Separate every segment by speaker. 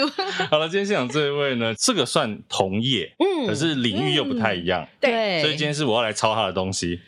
Speaker 1: 好了，今天现场这一位呢，这个算同业，
Speaker 2: 嗯
Speaker 1: 可是领域又不太一样，
Speaker 2: 对，
Speaker 1: 所以今天是我要来抄他的东西，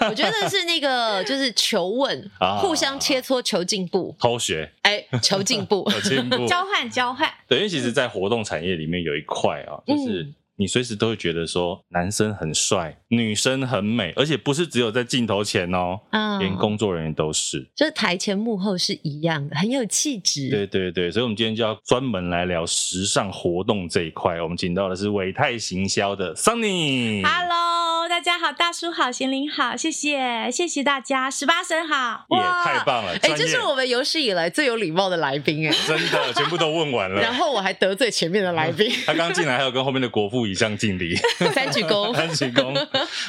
Speaker 2: 我觉得是 那个就是求问
Speaker 1: 啊，
Speaker 2: 互相切磋求进步，
Speaker 1: 偷学
Speaker 2: 哎，求进步
Speaker 1: 有进 步。
Speaker 3: 交换交换，
Speaker 1: 对，因为其实，在活动产业里面有一块啊，就是
Speaker 2: 嗯
Speaker 1: 你随时都会觉得说，男生很帅，女生很美，而且不是只有在镜头前哦，
Speaker 2: 啊
Speaker 1: 连工作人员都是。
Speaker 2: 就是台前幕后是一样的，很有气质。
Speaker 1: 对对对，所以我们今天就要专门来聊时尚活动这一块。我们请到的是伟泰行销的 Sunny。
Speaker 3: Hello，大家好，大叔好，贤玲好，谢谢谢谢大家，十八声好，
Speaker 1: 也
Speaker 2: 哇
Speaker 1: 太棒了，
Speaker 2: 哎，
Speaker 1: 专
Speaker 2: 这
Speaker 1: 业
Speaker 2: 是我们有史以来最有礼貌的来宾哎，
Speaker 1: 真的全部都问完了。
Speaker 2: 然后我还得罪前面的来宾，
Speaker 1: 他刚进来还有跟后面的国父一向敬礼，
Speaker 2: 三鞠 躬。
Speaker 1: 很成功。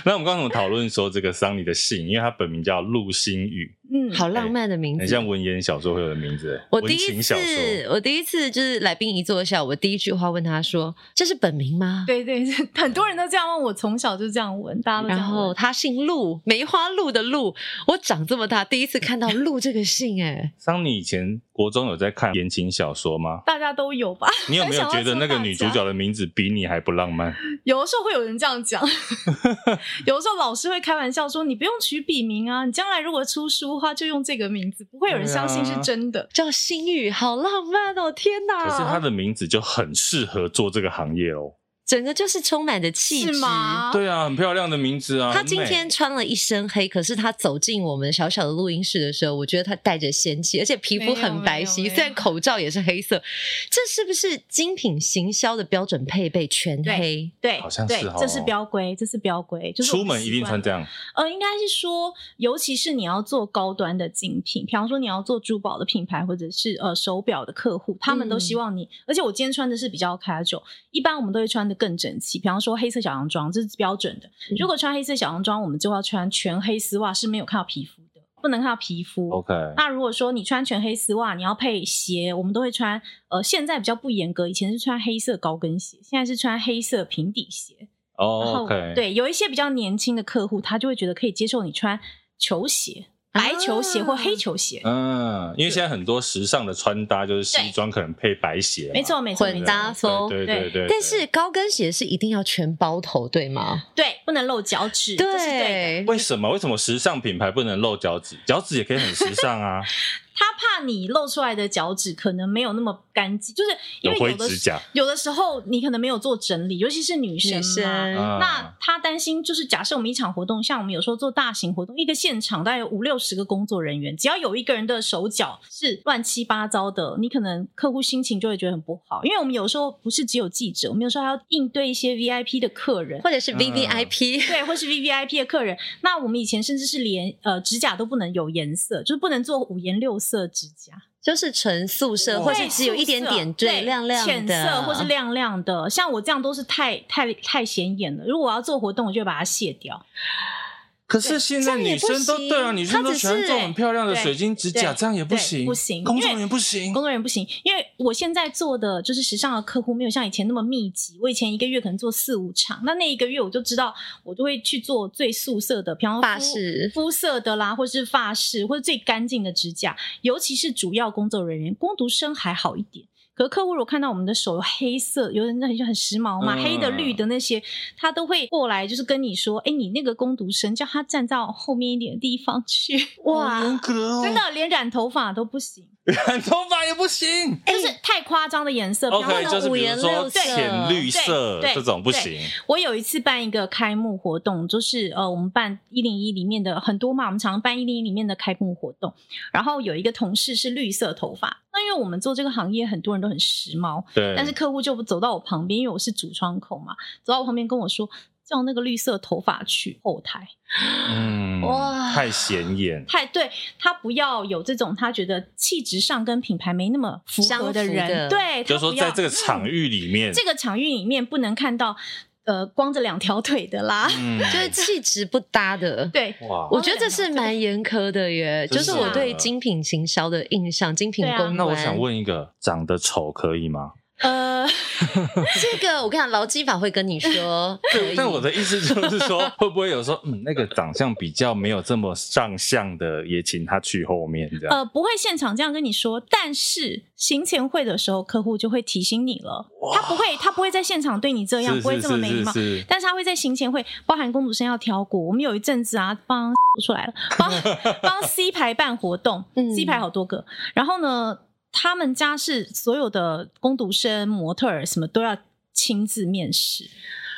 Speaker 1: 那我们刚刚怎么讨论说这个桑尼的姓，因为他本名叫陆星宇，
Speaker 3: 嗯，
Speaker 2: 好浪漫的名
Speaker 1: 很
Speaker 2: 字。
Speaker 1: 像文言小说会有的名字，欸
Speaker 2: 我
Speaker 1: 文
Speaker 2: 第一
Speaker 1: 情
Speaker 2: 次
Speaker 1: 小说。，
Speaker 2: 我第一次就是来宾一坐下，我第一句话问他说：“这是本名吗？”
Speaker 3: 对对， 是很多人都这样问我，从小就这样问，大家都这
Speaker 2: 然
Speaker 3: 样问
Speaker 2: 后他姓陆，梅花鹿的鹿。我长这么大第一次看到“鹿”这个姓，哎，
Speaker 1: 桑尼以前国中有在看言情小说吗？
Speaker 3: 大家都有吧？
Speaker 1: 你有没有觉得那个女主角的名字比你还不浪漫？
Speaker 3: 有的时候会有人这样讲， 有的时候老师会开玩笑说，你不用取笔名啊，你将来如果出书的话，就用这个名字，不会有人相信是
Speaker 1: 啊
Speaker 3: 真的。
Speaker 2: 叫星宇，好浪漫哦！天哪，
Speaker 1: 可
Speaker 3: 啊
Speaker 1: 是她的名字就很适合做这个行业哦。
Speaker 2: 整个就是充满着气质
Speaker 3: 是。吗？
Speaker 1: 对啊，很漂亮的名字啊。
Speaker 2: 他
Speaker 1: 很
Speaker 2: 今
Speaker 1: 美
Speaker 2: 天穿了一身黑，可是他走进我们小小的录音室的时候，我觉得他带着仙气，而且皮肤很白
Speaker 3: 没有没
Speaker 2: 皙，
Speaker 3: 有
Speaker 2: 虽然口罩也是黑色，这是不是精品行销的标准配备？全黑，
Speaker 3: 对，
Speaker 1: 好像是
Speaker 3: 对
Speaker 1: 哦，
Speaker 3: 这是标规，这是标规，就是我
Speaker 1: 出
Speaker 3: 们
Speaker 1: 门
Speaker 3: 习
Speaker 1: 一定
Speaker 3: 惯
Speaker 1: 穿
Speaker 3: 了
Speaker 1: 这样，
Speaker 3: 呃，应该是说，尤其是你要做高端的精品，比方说你要做珠宝的品牌，或者是呃手表的客户，他们都希望你。而且我今天穿的是比较 casual，一般我们都会穿的更整齐，比方说黑色小洋装，这是标准的。如果穿黑色小洋装，我们就要穿全黑丝袜，是没有看到皮肤的，不能看到皮肤。
Speaker 1: OK，
Speaker 3: 那如果说你穿全黑丝袜，你要配鞋，我们都会穿。呃，现在比较不严格，以前是穿黑色高跟鞋，现在是穿黑色平底鞋。然
Speaker 1: 哦
Speaker 3: 后
Speaker 1: OK，，
Speaker 3: 对，有一些比较年轻的客户，他就会觉得可以接受你穿球鞋、白球鞋或黑球鞋。
Speaker 1: 啊嗯，因为现在很多时尚的穿搭就是西装可能配白鞋嘛，
Speaker 3: 没错，没错，没
Speaker 2: 混
Speaker 3: 错
Speaker 2: 搭风。
Speaker 1: 对对对对。
Speaker 2: 但是高跟鞋是一定要全包头，对吗？
Speaker 3: 对，不能露脚趾，这是对的。
Speaker 1: 为什么为什么时尚品牌不能露脚趾？脚趾也可以很时尚啊，
Speaker 3: 他怕你露出来的脚趾可能没有那么干净，就是因
Speaker 1: 有
Speaker 3: 为
Speaker 1: 灰
Speaker 3: 有的
Speaker 1: 指甲，
Speaker 3: 有的时候你可能没有做整理，尤其是女生嘛。
Speaker 2: 女生
Speaker 1: 啊
Speaker 3: 那他担心，就是假设我们一场活动，像我们有时候做大型活动，一个现场大概有五六十个工作人员，只要有一个人的手脚是乱七八糟的，你可能客户心情就会觉得很不好，因为我们有时候不是只有记者，我们有时候还要应对一些 VIP 的客人，
Speaker 2: 或者
Speaker 1: 嗯
Speaker 2: 是 V V I P，、
Speaker 3: 对，或是 V V I P 的客人。那我们以前甚至是连呃指甲都不能有颜色，就是不能做五颜六色指甲，
Speaker 2: 就是纯素色，
Speaker 4: 哦
Speaker 2: 或是只有一点点
Speaker 3: 对
Speaker 2: 缀，亮亮的，
Speaker 3: 浅色或是亮亮的。像我这样都是太太太显眼了。如果我要做活动，我就会把它卸掉。
Speaker 4: 可是现在女生都
Speaker 2: 这样也不行
Speaker 4: 对啊，女生都喜欢
Speaker 2: 她只是
Speaker 4: 做很漂亮的水晶指甲，
Speaker 3: 对
Speaker 4: 这样也不行，
Speaker 3: 对不行
Speaker 4: 工作
Speaker 3: 因
Speaker 4: 人
Speaker 3: 为
Speaker 4: 员不行
Speaker 3: 工。作人员不行，因为我现在做的就是时尚的客户，没有像以前那么密集。我以前一个月可能做四五场，那那一个月我就知道，我就会去做最素色的，比方说
Speaker 2: 发
Speaker 3: 肤
Speaker 2: 饰
Speaker 3: 肤色的啦，或是发饰，或者最干净的指甲，尤其是主要工作人员，工读生还好一点。可是客户如果看到我们的手有黑色，有人那就很时髦嘛，
Speaker 4: 嗯
Speaker 3: 黑的、绿的那些，他都会过来，就是跟你说，哎，你那个工读生叫他站到后面一点的地方去，
Speaker 4: 好严
Speaker 2: 哇，
Speaker 4: 格哦，
Speaker 3: 真的连染头发都不行，
Speaker 4: 染头发也不行。
Speaker 3: 就是太夸张的颜色。比方说
Speaker 1: 哎 OK，就是
Speaker 2: 五
Speaker 1: 比
Speaker 2: 颜
Speaker 1: 如
Speaker 2: 六
Speaker 1: 说
Speaker 2: 色
Speaker 1: 浅绿色
Speaker 3: 对对
Speaker 1: 这种不
Speaker 3: 对
Speaker 1: 行，
Speaker 3: 我有一次办一个开幕活动，就是呃，我们办一零一里面的很多嘛，我们常常办一零一里面的开幕活动。然后有一个同事是绿色头发，那因为我们做这个行业，很多人都很时髦，
Speaker 1: 对。
Speaker 3: 但是客户就走到我旁边，因为我是主窗口嘛，走到我旁边跟我说。叫那个绿色头发去后台，
Speaker 1: 嗯，
Speaker 2: 哇
Speaker 1: 太显眼，
Speaker 3: 太对他不要有这种他觉得气质上跟品牌没那么符
Speaker 2: 相
Speaker 3: 合的
Speaker 2: 符
Speaker 3: 人，
Speaker 2: 的
Speaker 3: 对，
Speaker 1: 就是
Speaker 3: 他
Speaker 1: 说
Speaker 3: 不要
Speaker 1: 在这个场域里面，
Speaker 3: 这个场域里面不能看到呃光着两条腿的啦，
Speaker 1: 嗯，
Speaker 2: 就是气质不搭的。
Speaker 3: 对，
Speaker 4: 哇，
Speaker 2: 我觉得这是蛮严苛的耶，
Speaker 1: 真
Speaker 2: 就是是我对精品行销的印象，精品
Speaker 3: 对啊
Speaker 2: 公关。
Speaker 1: 啊那我想，问一个，长得丑可以吗？
Speaker 3: 呃，
Speaker 2: 这个我跟你讲，劳基法会跟 你说可以，
Speaker 4: 但
Speaker 1: 我的意思就是说，会不会有说，嗯，那个长相比较没有这么上相的，也请他去后面这样？
Speaker 3: 呃，不会现场这样跟你说，但是行前会的时候，客户就会提醒你了。他不会，他不会在现场对你这样，
Speaker 1: 是
Speaker 3: 呃不会
Speaker 1: 是
Speaker 3: 这么
Speaker 1: 是
Speaker 3: 没礼
Speaker 1: 是
Speaker 3: 貌，
Speaker 1: 是，
Speaker 3: 但是他会在行前会，包含公主生要挑骨。我们有一阵子啊，帮 出来了，帮帮 C 排办活动、
Speaker 2: 嗯
Speaker 3: c 排好多个。然后呢，他们家是所有的工读生、模特儿什么都要亲自面试，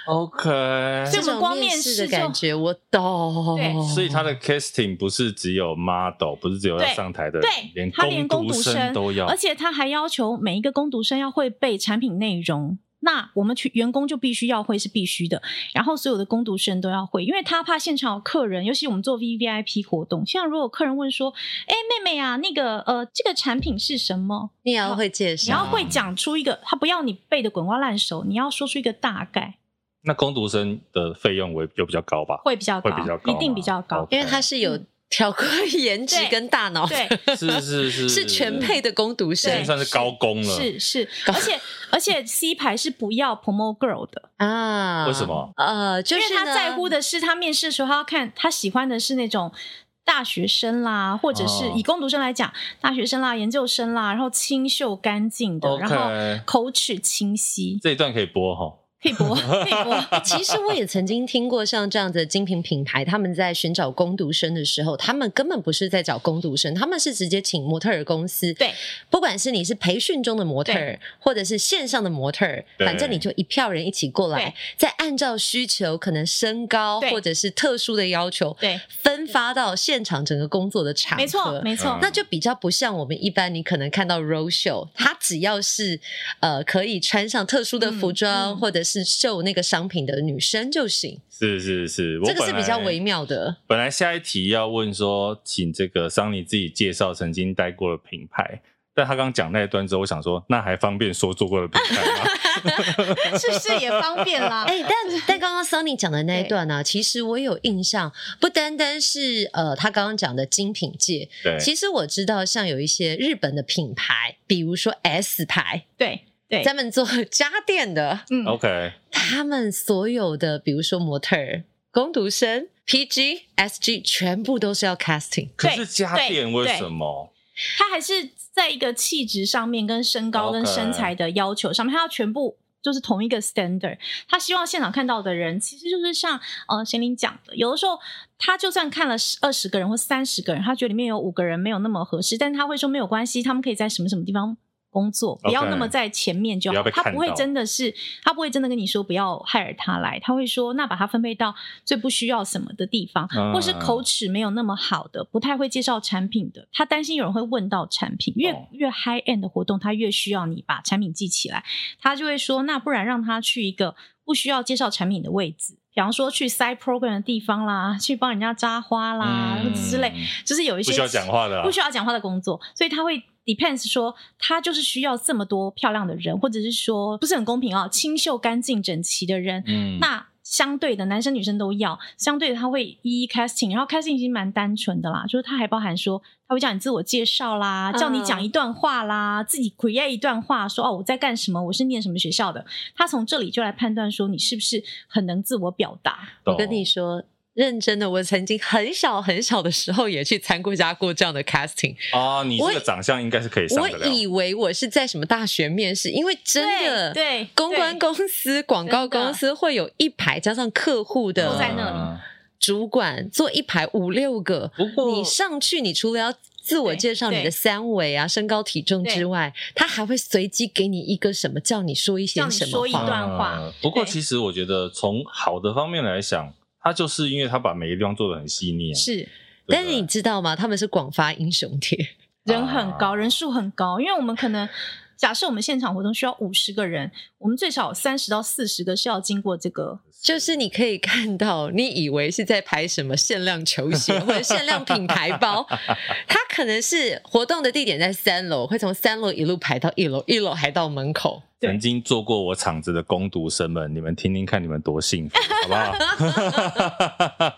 Speaker 4: OK，
Speaker 3: 这
Speaker 2: 这
Speaker 3: 种
Speaker 2: 种
Speaker 3: 光面
Speaker 2: 面
Speaker 3: 试
Speaker 2: 试的
Speaker 3: 就
Speaker 2: 感觉，我懂。
Speaker 3: 对
Speaker 1: 哦所以他的 casting 不是只有 model，不是只有要
Speaker 3: 对
Speaker 1: 上台的，
Speaker 3: 对
Speaker 1: 连
Speaker 3: 他连
Speaker 1: 工
Speaker 3: 工读
Speaker 1: 生
Speaker 3: 生
Speaker 1: 都要
Speaker 3: 而。且他还要求每一个工读生要会背产品内容。那我们去员工就必须要会是必须的，然后所有的工读生都要会，因为他怕现场有客人，尤其我们做 V V I P 活动，像如果客人问说：“哎，妹妹啊，那个呃，这个产品是什么
Speaker 2: 你也要会介？”
Speaker 3: 你要
Speaker 1: 啊
Speaker 2: 绍，
Speaker 3: 会讲出一个，他不要你背的滚瓜烂熟，你要说出一个大概，
Speaker 1: 那工读生的费用为就比较高吧？
Speaker 3: 会比较高，
Speaker 1: 会比较高啊哦
Speaker 3: 一定比较高。
Speaker 1: 吗
Speaker 2: 因为他是有调过 颜值
Speaker 3: 嗯对
Speaker 2: 跟大 脑，
Speaker 3: 对，
Speaker 4: 是 是是，
Speaker 2: 是全配的攻读
Speaker 1: 已经
Speaker 2: 生
Speaker 3: 对
Speaker 1: 算是高工了。
Speaker 3: 是是，而且而且 C 牌是不要 promo girl 的，
Speaker 2: 啊？
Speaker 1: 为什？么？
Speaker 2: 呃，就
Speaker 3: 因
Speaker 2: 是
Speaker 3: 为他
Speaker 2: 呢
Speaker 3: 在乎的是他面试的时候，他要看他喜欢的是那种大学生啦，或者是
Speaker 4: 哦
Speaker 3: 以工读生来讲，大学生啦、研究生啦，然后清秀干净的，
Speaker 4: OK
Speaker 3: 然后口齿清晰，
Speaker 1: 这一段可以播哈。
Speaker 3: 可以 播，可以播。
Speaker 2: 其实我也曾经听过像这样子的精品品牌，他们在寻找攻读生的时候，他们根本不是在找攻读生，他们是直接请模特儿公司。
Speaker 3: 对，
Speaker 2: 不管是你是培训中的模特儿，或者是线上的模特儿，
Speaker 1: 对
Speaker 2: 反正你就一票人一起过来
Speaker 3: 对，
Speaker 2: 再按照需求，可能身高
Speaker 3: 对
Speaker 2: 或者是特殊的要求，
Speaker 3: 对，
Speaker 2: 分发到现场整个工作的场合。
Speaker 3: 没错，没错
Speaker 1: 嗯。
Speaker 2: 那就比较不像我们一般，你可能看到 road show，它只要是呃可以穿上特殊的服装、
Speaker 3: 嗯嗯
Speaker 2: 或者是秀那个商品的女生就行，
Speaker 1: 是是是，我
Speaker 2: 这个是
Speaker 1: 本来
Speaker 2: 比较微妙的。
Speaker 1: 本来下一题要问说，请这个桑尼自己介绍曾经待过的品牌，但他刚讲那一段之后，我想说，那还方便说做过的品牌吗？
Speaker 3: 是不是也方便啦？
Speaker 2: 哎、 但但刚刚 Sunny 讲的那一段呢、啊其实我有印象，不单单是呃他刚刚讲的精品界，
Speaker 1: 对，
Speaker 2: 其实我知道像有一些日本的品牌，比如说 S 牌，
Speaker 3: 对对，
Speaker 2: 专门做家电的，
Speaker 3: 嗯，
Speaker 1: OK，
Speaker 2: 他们所有的，比如说模特儿、工读生、PG、SG，全部都是要 casting。
Speaker 1: 可
Speaker 3: 对
Speaker 1: 是家电为什么？
Speaker 3: 他还是在一个气质上面、跟身高、
Speaker 4: OK
Speaker 1: 哦
Speaker 3: 跟身材的要求上面，他要全部就是同一个 standard。他希望现场看到的人，其实就是像呃贤玲讲的，有的时候他就算看了十二十个人或三十个人，他觉得里面有五个人没有那么合适，但是他会说没有关系，他们可以在什么什么地方。工作不要
Speaker 1: OK
Speaker 3: 那么在前面就
Speaker 1: 不
Speaker 3: 好
Speaker 1: 要被
Speaker 3: 他
Speaker 1: 看
Speaker 3: 不会
Speaker 1: 到
Speaker 3: 真的是他不会真的跟你说不要害尔他来，他会说那把他分配到最不需要什么的地方，
Speaker 1: 嗯
Speaker 3: 或是口齿没有那么好的，不太会介绍产品的，他担心有人会问到产品，越
Speaker 1: 懂
Speaker 3: 越 high end 的活动，他越需要你把产品记起来，他就会说那不然让他去一个不需要介绍产品的位置。比方说去 side program 的地方啦，去帮人家扎花啦、
Speaker 1: 嗯
Speaker 3: 之类，就是有一些
Speaker 1: 不需要讲话的啦啊
Speaker 3: 不需要讲话的工作，所以他会 depends 说他就是需要这么多漂亮的人，或者是说不是很公平啊、清秀、干净、整齐的人。
Speaker 4: 嗯，
Speaker 3: 那相对的，男生女生都要，相对的他会一一 casting，然后 casting 已经蛮单纯的啦，就是他还包含说他会叫你自我介绍啦，
Speaker 5: 嗯
Speaker 3: 叫你讲一段话啦，自己 create 一段话，说哦我在干什么，我是念什么学校的，他从这里就来判断说你是不是很能自我表达。
Speaker 1: 懂
Speaker 2: 我跟你说，认真的，我曾经很小很小的时候也去参加过这样的 casting。
Speaker 1: 哦，你
Speaker 2: 我
Speaker 1: 这个长相应该是可以上
Speaker 2: 我
Speaker 1: 得了。
Speaker 2: 以为我是在什么大学面试，因为真的
Speaker 3: 对对
Speaker 2: 公关公司、广告
Speaker 3: 真的
Speaker 2: 公司会有一排加上客户
Speaker 3: 都在
Speaker 2: 的
Speaker 3: 那里
Speaker 1: 啊
Speaker 4: 嗯
Speaker 2: 主管坐一排五六个，
Speaker 4: 不过
Speaker 2: 你上去，你除了要自我介绍
Speaker 3: 对
Speaker 2: 你的三围啊、身高体重之外，他还会随机给你一个什么，叫你说一些
Speaker 3: 叫你
Speaker 2: 什
Speaker 3: 说
Speaker 2: 么
Speaker 3: 一
Speaker 2: 话。啊
Speaker 3: 段话
Speaker 1: 嗯不过
Speaker 3: 对
Speaker 1: 其实我觉得从好的方面来想，他就是因为他把每个地方做的很细腻啊。
Speaker 3: 是，
Speaker 1: 对不
Speaker 2: 但是
Speaker 1: 对
Speaker 2: 你知道吗？他们是广发英雄 帖，
Speaker 3: 人很高，
Speaker 1: 啊
Speaker 3: 人数很高，因为我们可能假设我们现场活动需要五十个人，我们最少三十到四十个是要经过这个，
Speaker 2: 就是你可以看到，你以为是在排什么限量球鞋或者限量品牌 包，它可能是活动的地点在三楼，会从三楼一路排到一楼，一楼还到门口。
Speaker 3: 对
Speaker 1: 曾经做过我场子的工读生们，你们听听看，你们多幸福，好不好？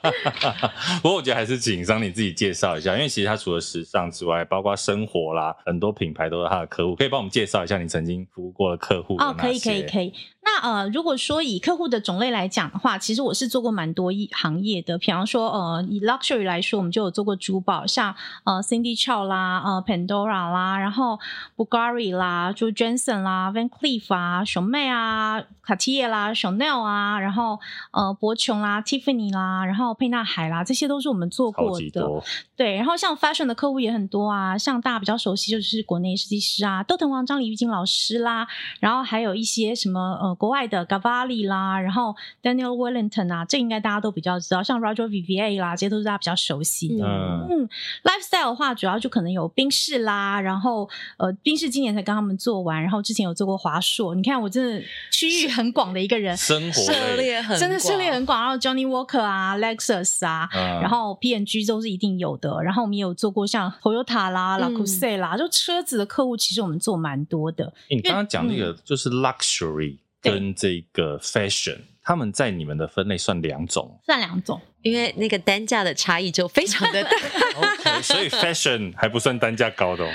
Speaker 1: 不过我觉得还是请桑你自己介绍一下，因为其实他除了时尚之外，包括生活啦，很多品牌都是他的客户，可以帮我们介绍一下你曾经服务过的客户有
Speaker 3: 哦，可以，可以，
Speaker 1: 以。
Speaker 3: 可以。那呃，如果说以客户的种类来讲的话，其实我是做过蛮多一行业的，比方说呃，以 luxury 来说，我们就有做过珠宝，像呃 Cindy Chow 啦，呃 Pandora 啦，然后 Bulgari 啦，就 Jensen 啦，Van Cleef 啊，熊妹啊，Cartier 啦，Chanel 啊，然后呃博琼啦，Tiffany 啦，然后沛纳海啦，这些都是我们做
Speaker 1: 超
Speaker 3: 过
Speaker 1: 级
Speaker 3: 的。
Speaker 1: 多，
Speaker 3: 对，然后像 fashion 的客户也很多啊，像大家比较熟悉就是国内设计师啊，窦藤王、张李玉京老师啦，然后还有一些什么呃国外的 Gavalli 啦，然后 Daniel Wellington 啊，这应该大家都比较知道，像 Roger Vivier 啦，这些都是大家比较熟悉的。
Speaker 1: 嗯，
Speaker 3: 嗯，lifestyle 的话，主要就可能有宾士啦，然后呃，宾士今年才跟他们做完，然后之前有做过华硕，你看我真的区域很广的一个人，
Speaker 1: 生活
Speaker 2: 涉
Speaker 1: 类，
Speaker 2: 猎很
Speaker 3: 真的涉猎
Speaker 2: 广
Speaker 3: 很广，然后 Johnny Walker 啊，Lexus 啊，
Speaker 1: 嗯
Speaker 3: 然后 P N G 都是一定有的，然后我们也有做过像 Toyota 啦、
Speaker 2: 嗯
Speaker 3: La c u s e 啦，就车子的客户，其实我们做蛮多的。
Speaker 1: 欸你刚刚讲那个就是 luxury
Speaker 3: 嗯对
Speaker 1: 跟这个 fashion，他们在你们的分类算两 种
Speaker 3: 算两种，
Speaker 2: 因为那个单价的差异就非常的 大。
Speaker 1: ，OK，所以 fashion 还不算单价高的 哦。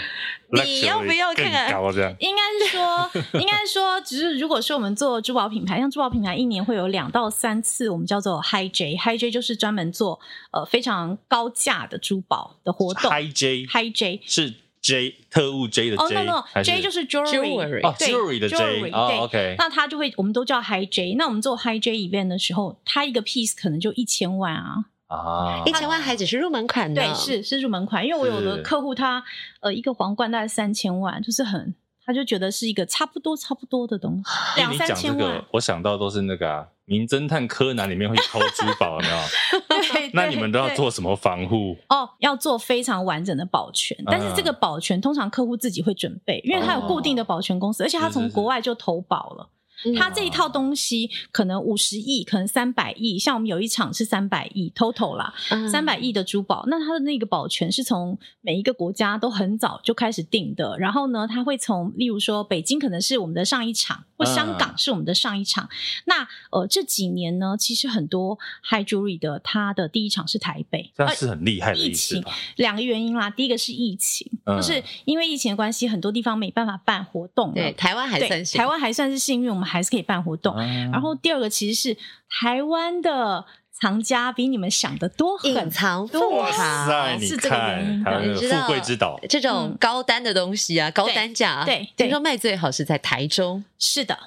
Speaker 2: 你要不要
Speaker 1: luxury
Speaker 2: 看看
Speaker 1: 更高这样？
Speaker 3: 应该是说，应该是说，只是如果说我们做珠宝品牌，像珠宝品牌一年会有两到三次，我们叫做 High J，High J 就是专门做呃非常高价的珠宝的活动
Speaker 1: High J
Speaker 3: ，High J。
Speaker 1: 是 J 特务 J 的
Speaker 3: 哦
Speaker 1: J，
Speaker 3: no no
Speaker 1: 还
Speaker 3: J 就是 jewelry，
Speaker 2: Jewelry
Speaker 1: 哦
Speaker 3: 对
Speaker 1: jewelry 的 J
Speaker 3: jewelry，
Speaker 1: 哦
Speaker 3: 对
Speaker 1: OK
Speaker 3: 那它就会我们都叫 High J。那我们做 High J event 的时候，它一个 piece 可能就一千万啊，
Speaker 1: 啊，
Speaker 2: 一千万还只是入门款呢，
Speaker 3: 对，是是入门款，因为我有
Speaker 1: 是
Speaker 3: 的客户他呃一个皇冠大概三千万，就是很他就觉得是一个差不多差不多的东西，
Speaker 1: 因为啊
Speaker 3: 两
Speaker 1: 哎你
Speaker 3: 三
Speaker 1: 讲这
Speaker 3: 千
Speaker 1: 个
Speaker 3: 万，。
Speaker 1: 我想到都是那个啊，名侦探柯南里面会去偷珠宝，有 没有？
Speaker 3: 对，
Speaker 1: 那
Speaker 3: 对
Speaker 1: 你们都要
Speaker 3: 对
Speaker 1: 做什么防护？
Speaker 3: 哦，要做非常完整的保全，但是
Speaker 1: 嗯
Speaker 3: 这个保全通常客户自己会准备，因为他有固定的保全公司，而且他
Speaker 1: 哦是
Speaker 3: 从
Speaker 1: 是
Speaker 3: 国外就投保了。
Speaker 2: 嗯
Speaker 3: 他这一套东西可能五十亿，可能三百亿，像我们有一场是三百亿 total 啦，
Speaker 2: 嗯
Speaker 3: 三百亿的珠宝，那它的那个保全是从每一个国家都很早就开始定的。然后呢，它会从例如说北京可能是我们的上一场，或香
Speaker 2: 嗯
Speaker 3: 港是我们的上一场。那呃这几年呢，其实很多 High Jewelry 的它的第一场是台北，
Speaker 1: 这样是很厉害的
Speaker 3: 疫
Speaker 1: 意思
Speaker 3: 情
Speaker 1: 吧？
Speaker 3: 两个原因啦，第一个是疫情，
Speaker 1: 嗯
Speaker 3: 就是因为疫情的关系，很多地方没办法办活动了。
Speaker 2: 对台湾还
Speaker 3: 嗯对
Speaker 2: 算嗯行
Speaker 3: 台湾还算是幸运，我们还是可以办活动。
Speaker 1: 啊
Speaker 3: 然后第二个其实是台湾的藏家比你们想的多
Speaker 2: 隐
Speaker 3: 很。
Speaker 2: 藏富
Speaker 1: 哇
Speaker 2: 豪。
Speaker 1: 塞，你
Speaker 3: 是这个原
Speaker 1: 看
Speaker 3: 因
Speaker 1: 台湾的
Speaker 2: 你知道
Speaker 1: 富贵之岛，
Speaker 2: 这种
Speaker 3: 嗯
Speaker 2: 高单的东西啊，高单价、啊，
Speaker 3: 对对
Speaker 2: 听说卖最好是在台中，
Speaker 3: 是的，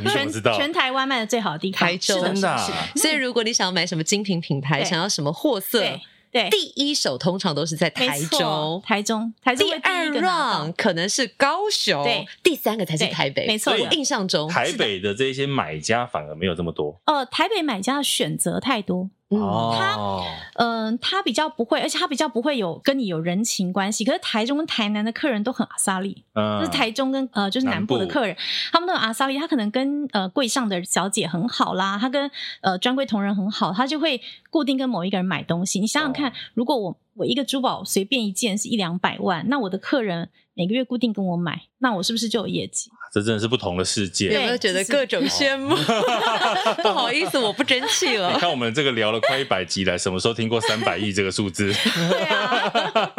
Speaker 1: 你怎
Speaker 3: 全
Speaker 1: 么知道？
Speaker 3: 全台湾卖的最好的地方，
Speaker 2: 台中
Speaker 3: 是的
Speaker 1: 真
Speaker 3: 是
Speaker 1: 的
Speaker 3: 的
Speaker 1: 啊
Speaker 3: 是的，
Speaker 2: 所以如果你想要买什么精品品牌，
Speaker 3: 嗯对
Speaker 2: 想要什么货色
Speaker 3: 对，对，
Speaker 2: 第一手通常都是在台
Speaker 3: 没错
Speaker 2: 中，
Speaker 3: 台中，台中
Speaker 2: 第
Speaker 3: 会
Speaker 2: 二
Speaker 3: 一个拿到
Speaker 2: round 可能是高雄，
Speaker 3: 对，
Speaker 2: 第三个才是
Speaker 3: 对
Speaker 2: 台北，
Speaker 3: 没错
Speaker 2: 我
Speaker 3: 的
Speaker 2: 印象中，
Speaker 1: 台北的这些买家反而没有这么多
Speaker 3: 呃，台北买家的选择太多，
Speaker 2: 嗯，
Speaker 1: 哦，
Speaker 3: 嗯、他比较不会，而且他比较不会有跟你有人情关系。可是台中跟台南的客人都很阿萨利，
Speaker 1: 嗯
Speaker 3: 就是台中跟呃就是南部的
Speaker 1: 南部
Speaker 3: 客人，他们都很阿萨利，他可能跟呃柜上的小姐很好啦，他跟呃专柜同仁很好，他就会固定跟某一个人买东西。你想想看，
Speaker 1: 哦
Speaker 3: 如果我我一个珠宝随便一件是一两百万，那我的客人每个月固定跟我买，那我是不是就有业绩？
Speaker 1: 这真的是不同的世
Speaker 2: 嗯有
Speaker 1: 界。
Speaker 2: 没有觉得
Speaker 3: 就是
Speaker 2: 各种羡慕？ 不好意思，我不争气
Speaker 1: 你
Speaker 2: 了。
Speaker 1: 看我们这个聊了快一百集来，什么时候听过三百亿这个数字？
Speaker 3: 对啊，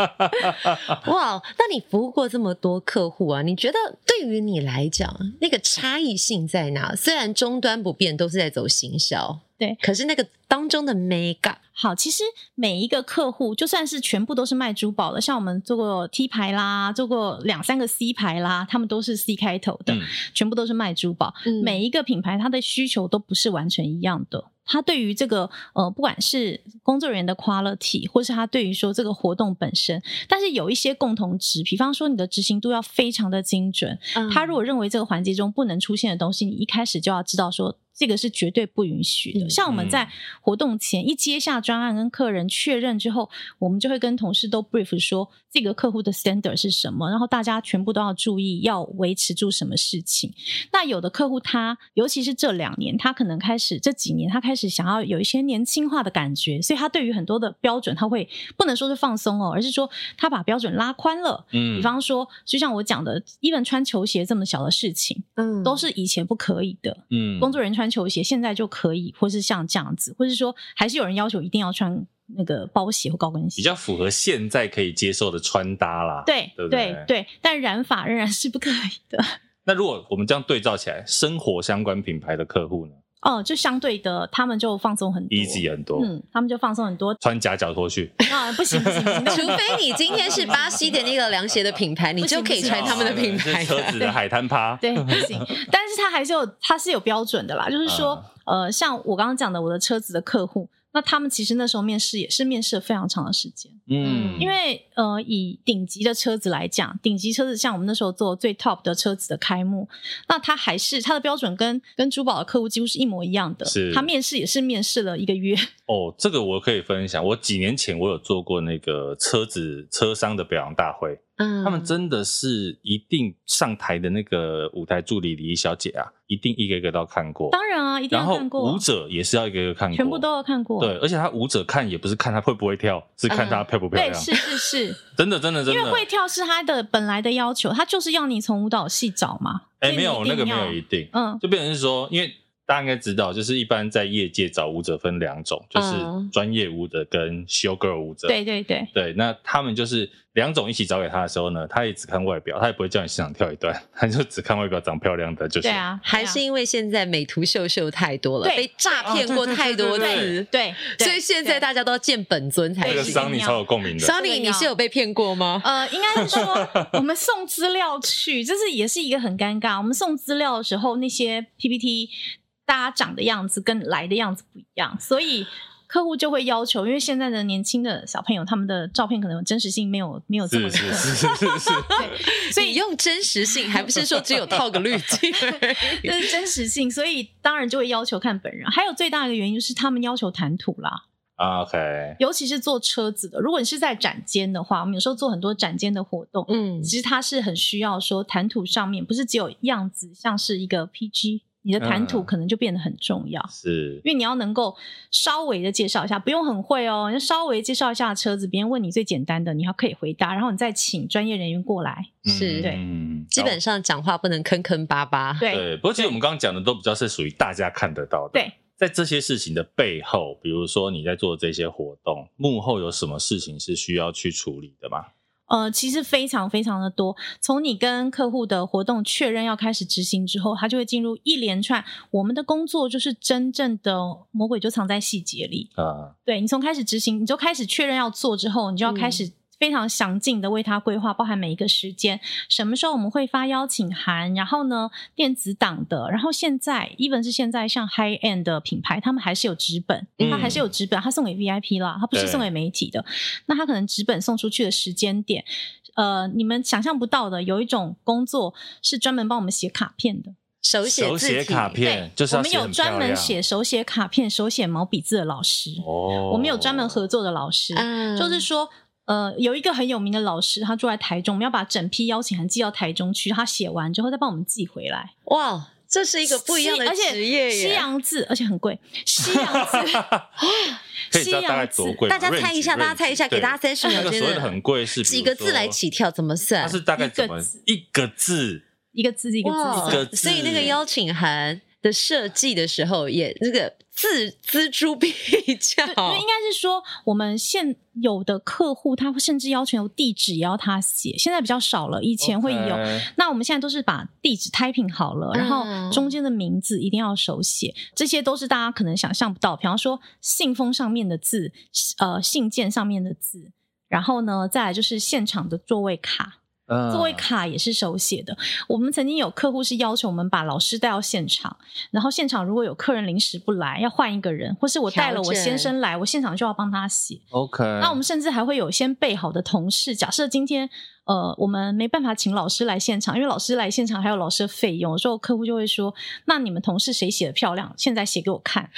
Speaker 2: 哇，那你服务过这么多客户啊？你觉得对于你来讲，那个差异性在哪？虽然终端不变，都是在走行销，
Speaker 3: 对
Speaker 2: 可是那个当中的 make up，
Speaker 3: 好，其实每一个客户，就算是全部都是卖珠宝的，像我们做过 T 牌啦，做过两三个 C 牌啦，他们都是 C 开头的，
Speaker 1: 嗯
Speaker 3: 全部都是卖珠宝。每一个品牌，它的需求都不是完全一样的。它对于这个呃，不管是工作人员的 quality，或是它对于说这个活动本身，但是有一些共同值，比方说你的执行度要非常的精准。他如果认为这个环节中不能出现的东西，你一开始就要知道说这个是绝对不允许的。
Speaker 2: 嗯
Speaker 3: 像我们在活动前一接下专案跟客人确认之后，我们就会跟同事都 brief 说这个客户的 standard 是什么，然后大家全部都要注意，要维持住什么事情。那有的客户他，尤其是这两年，他可能开始这几年，他开始想要有一些年轻化的感觉，所以他对于很多的标准，他会不能说是放松哦，而是说他把标准拉宽了。
Speaker 1: 嗯
Speaker 3: 比方说，就像我讲的，even 穿球鞋这么小的事情，
Speaker 2: 嗯
Speaker 3: 都是以前不可以的。
Speaker 1: 嗯
Speaker 3: 工作人员穿球鞋，现在就可以，或是像这样子，或是说，还是有人要求一定要穿那个包鞋或高跟鞋。
Speaker 1: 比较符合现在可以接受的穿搭啦。，
Speaker 3: 对
Speaker 1: 对不对
Speaker 3: 对对，但染发仍然是不可以的。
Speaker 1: 那如果我们这样对照起来，生活相关品牌的客户呢
Speaker 3: 哦，就相对的，他们就放松很多
Speaker 1: ，easy 很多，
Speaker 3: 嗯，他们就放松很多。
Speaker 1: 穿夹脚拖去，
Speaker 3: 啊，不行不行，不行
Speaker 2: 除非你今天是巴西的那个凉鞋的品牌，你就可以
Speaker 3: 不行
Speaker 2: 穿他们的品牌
Speaker 1: 是车子的海滩趴，
Speaker 3: 对，不行。但是它还是有，它是有标准的啦。就是说，
Speaker 1: 啊
Speaker 3: 呃，像我刚刚讲的，我的车子的客户，那他们其实那时候面试也是面试了非常长的时间，
Speaker 1: 嗯，
Speaker 3: 因为呃，以顶级的车子来讲，顶级车子像我们那时候做最 top 的车子的开幕，那它还是它的标准跟跟珠宝的客户几乎是一模一样的。
Speaker 1: 是
Speaker 3: 他面试也是面试了一个月，
Speaker 1: 哦，这个我可以分享。我几年前我有做过那个车子车商的表扬大会，
Speaker 2: 嗯
Speaker 1: 他们真的是一定上台的那个舞台助理李怡小姐啊，一定一个一个都要看过，
Speaker 3: 当然啊，一定
Speaker 1: 然
Speaker 3: 要
Speaker 1: 后
Speaker 3: 看过
Speaker 1: 舞，者也是要一个一个看过，
Speaker 3: 全部都要看过。
Speaker 1: 对，而且他舞者看也不是看他会不会跳，是看他漂不漂
Speaker 3: 嗯对，
Speaker 1: 亮，
Speaker 3: 是是是。
Speaker 1: 真的真的啊 真
Speaker 3: 因为
Speaker 1: 的
Speaker 3: 会。跳是他的本来的要求，他就是要你从舞蹈系找嘛。
Speaker 1: 哎，
Speaker 3: 所
Speaker 1: 没
Speaker 3: 以你
Speaker 1: 有
Speaker 3: 一
Speaker 1: 那
Speaker 3: 定
Speaker 1: 个没
Speaker 3: 要
Speaker 1: 有一定，
Speaker 3: 嗯，
Speaker 1: 就变成是说，因为大家应该知道，就是一般在业界找舞者分两种，就是
Speaker 2: 嗯
Speaker 1: 专业舞者跟 show girl 舞者，
Speaker 3: 对对对，
Speaker 1: 对，那他们就是两种一起找给他的时候呢，他也只看外表，他也不会叫你现场跳一段，他就只看外表长漂亮的就是。
Speaker 3: 对，啊，
Speaker 2: 还是
Speaker 3: 对啊
Speaker 2: 因为现在美图秀秀太多了，
Speaker 3: 对哦
Speaker 2: 被诈骗过太多
Speaker 1: 啊对对
Speaker 2: 次，
Speaker 3: 对，对
Speaker 2: 所以现在
Speaker 3: 对
Speaker 2: 大家都要见本尊才
Speaker 1: 这个
Speaker 3: 是
Speaker 2: 行。
Speaker 1: 桑尼超有共鸣的。
Speaker 2: Sunny，你是有被骗过吗？
Speaker 3: 呃，应该是 说我们送资料去，这是也是一个很尴尬。我们送资料的时候，那些 PPT 大家长的样子跟来的样子不一样，所以。客户就会要求，因为现在的年轻的小朋友，他们的照片可能真实性没有没有这么
Speaker 1: 是
Speaker 3: 高
Speaker 1: 是是是是是，
Speaker 3: 所
Speaker 2: 你
Speaker 3: 以
Speaker 2: 用真实性，还不是说只有套个滤镜而已？
Speaker 3: 这是真实性，所以当然就会要求看本人。还有最大的原因就是他们要求谈吐啦，
Speaker 1: 啊 OK，
Speaker 3: 尤其是做车子的，如果你是在展间的话，我们有时候做很多展间的活动，
Speaker 2: 嗯
Speaker 3: 其实它是很需要说谈吐上面不是只有样子，像是一个 PG，你的谈吐
Speaker 1: 嗯
Speaker 3: 可能就变得很重要。
Speaker 1: 是
Speaker 3: 因为你要能够稍微的介绍一下，不用很会哦，你就稍微介绍一下车子，别人问你最简单的，你还可以回答，然后你再请专业人员过来。
Speaker 2: 是
Speaker 3: 对
Speaker 1: 嗯
Speaker 2: 基本上讲话不能坑坑巴巴。
Speaker 1: 好
Speaker 3: 对
Speaker 1: 对。不过其实我们刚刚讲的都比较是属于大家看得到的。
Speaker 3: 对，
Speaker 1: 在这些事情的背后，比如说你在做这些活动幕后有什么事情是需要去处理的吗？
Speaker 3: 呃，其实非常非常的多。从你跟客户的活动确认要开始执行之后，它就会进入一连串。我们的工作就是真正的魔鬼就藏在细节里。
Speaker 1: 啊，
Speaker 3: 对你从开始执行，你就开始确认要做之后，你就要
Speaker 1: 嗯
Speaker 3: 开始非常详尽的为他规划，包含每一个时间，什么时候我们会发邀请函，然后呢电子档的，然后现在 even 是现在像 high end 的品牌，他们还是有纸本，
Speaker 1: 嗯
Speaker 3: 他还是有纸本，他送给 VIP 啦，他不是
Speaker 1: 对
Speaker 3: 送给媒体的，那他可能纸本送出去的时间点。呃，你们想象不到的，有一种工作是专门帮我们写卡片的。
Speaker 2: 手写
Speaker 1: 手
Speaker 2: 字
Speaker 1: 写
Speaker 2: 体
Speaker 1: 卡片就是要
Speaker 3: 我们
Speaker 1: 写
Speaker 3: 有
Speaker 1: 很漂
Speaker 3: 专门
Speaker 1: 亮
Speaker 3: 写手写卡片、手写毛笔字的老师。
Speaker 1: 哦，
Speaker 3: 我们有专门合作的老师，
Speaker 2: 嗯
Speaker 3: 就是说。呃，有一个很有名的老师，他住在台中，我们要把整批邀请函寄到台中去，他写完之后再帮我们寄回来。
Speaker 2: 哇，这是一个不一样的
Speaker 3: 西而且
Speaker 2: 职业耶。
Speaker 3: 西洋字，而且很贵。西 洋字，
Speaker 1: 可以知道大概
Speaker 3: 西洋
Speaker 1: 多
Speaker 3: 字
Speaker 1: 贵吗，
Speaker 2: 大家猜一下，
Speaker 1: range，
Speaker 2: 大家猜一下，
Speaker 1: range，
Speaker 2: 给大家
Speaker 1: 对
Speaker 2: 三十秒
Speaker 1: 那个
Speaker 2: 真
Speaker 1: 所谓的
Speaker 2: 的
Speaker 1: 很贵是比
Speaker 2: 几
Speaker 1: 如
Speaker 2: 个字
Speaker 1: 说
Speaker 2: 来起跳，怎么算
Speaker 1: 它？是大概怎么
Speaker 3: 一个字
Speaker 1: 一个字
Speaker 3: 一个字一个
Speaker 2: 哇
Speaker 3: 字
Speaker 1: 一个字
Speaker 2: 所以那个邀请函的设计的时候也，那个字锱铢必较，
Speaker 3: 对，对应该是说我们现有的客户，他甚至要求地址也要他写，现在比较少了，以前会有。
Speaker 1: OK
Speaker 3: 那我们现在都是把地址 typing 好了，
Speaker 2: 嗯
Speaker 3: 然后中间的名字一定要手写，这些都是大家可能想象不到。比方说信封上面的字，呃，信件上面的字，然后呢，再来就是现场的座位卡，
Speaker 1: 嗯
Speaker 3: 座位卡也是手写的。我们曾经有客户是要求我们把老师带到现场，然后现场如果有客人临时不来，要换一个人，或是我带
Speaker 2: 调
Speaker 3: 了我
Speaker 2: 整
Speaker 3: 先生来，我现场就要帮他写。
Speaker 1: OK，
Speaker 2: 嗯
Speaker 3: 那我们甚至还会有先备好的同事，假设今天呃我们没办法请老师来现场，因为老师来现场还有老师的费用，有时候客户就会说，那你们同事谁写的漂亮，现在写给 我看。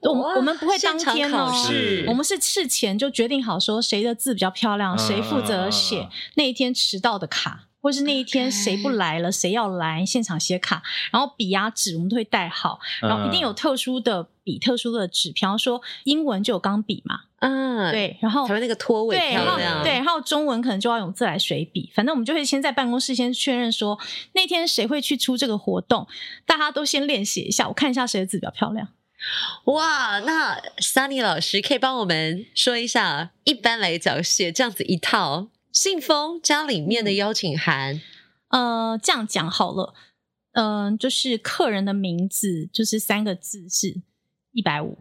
Speaker 3: 我们
Speaker 2: 哇
Speaker 3: 我们不会当天
Speaker 2: 现场
Speaker 3: 哦
Speaker 2: 考，试
Speaker 3: 我们是事前就决定好说谁的字比较漂亮，
Speaker 1: 嗯
Speaker 3: 谁负责
Speaker 1: 嗯嗯
Speaker 3: 写
Speaker 1: 嗯
Speaker 3: 那一天迟到的卡。或是那一天
Speaker 2: OK
Speaker 3: 谁不来了，谁要来现场写卡，然后笔啊纸我们都会带好，
Speaker 1: 嗯
Speaker 2: 嗯
Speaker 3: 然后一定有特殊的笔、特殊的纸，比方说英文就有钢笔嘛，
Speaker 2: 嗯，，
Speaker 3: 对，然后
Speaker 2: 台湾那个拖尾
Speaker 3: 对，然
Speaker 2: 漂
Speaker 3: 后
Speaker 2: 亮，
Speaker 3: 对，然后中文可能就要用自来水笔。反正我们就会先在办公室先确认说那天谁会去出这个活动，大家都先练习一下，我看一下谁的字比较漂亮。
Speaker 2: 哇，那 Sunny 老师可以帮我们说一下，一般来讲写这样子一套信封加里面的邀请
Speaker 3: 嗯
Speaker 2: 函，
Speaker 3: 呃，这样讲好了，嗯、就是客人的名字就是三个字是一百五，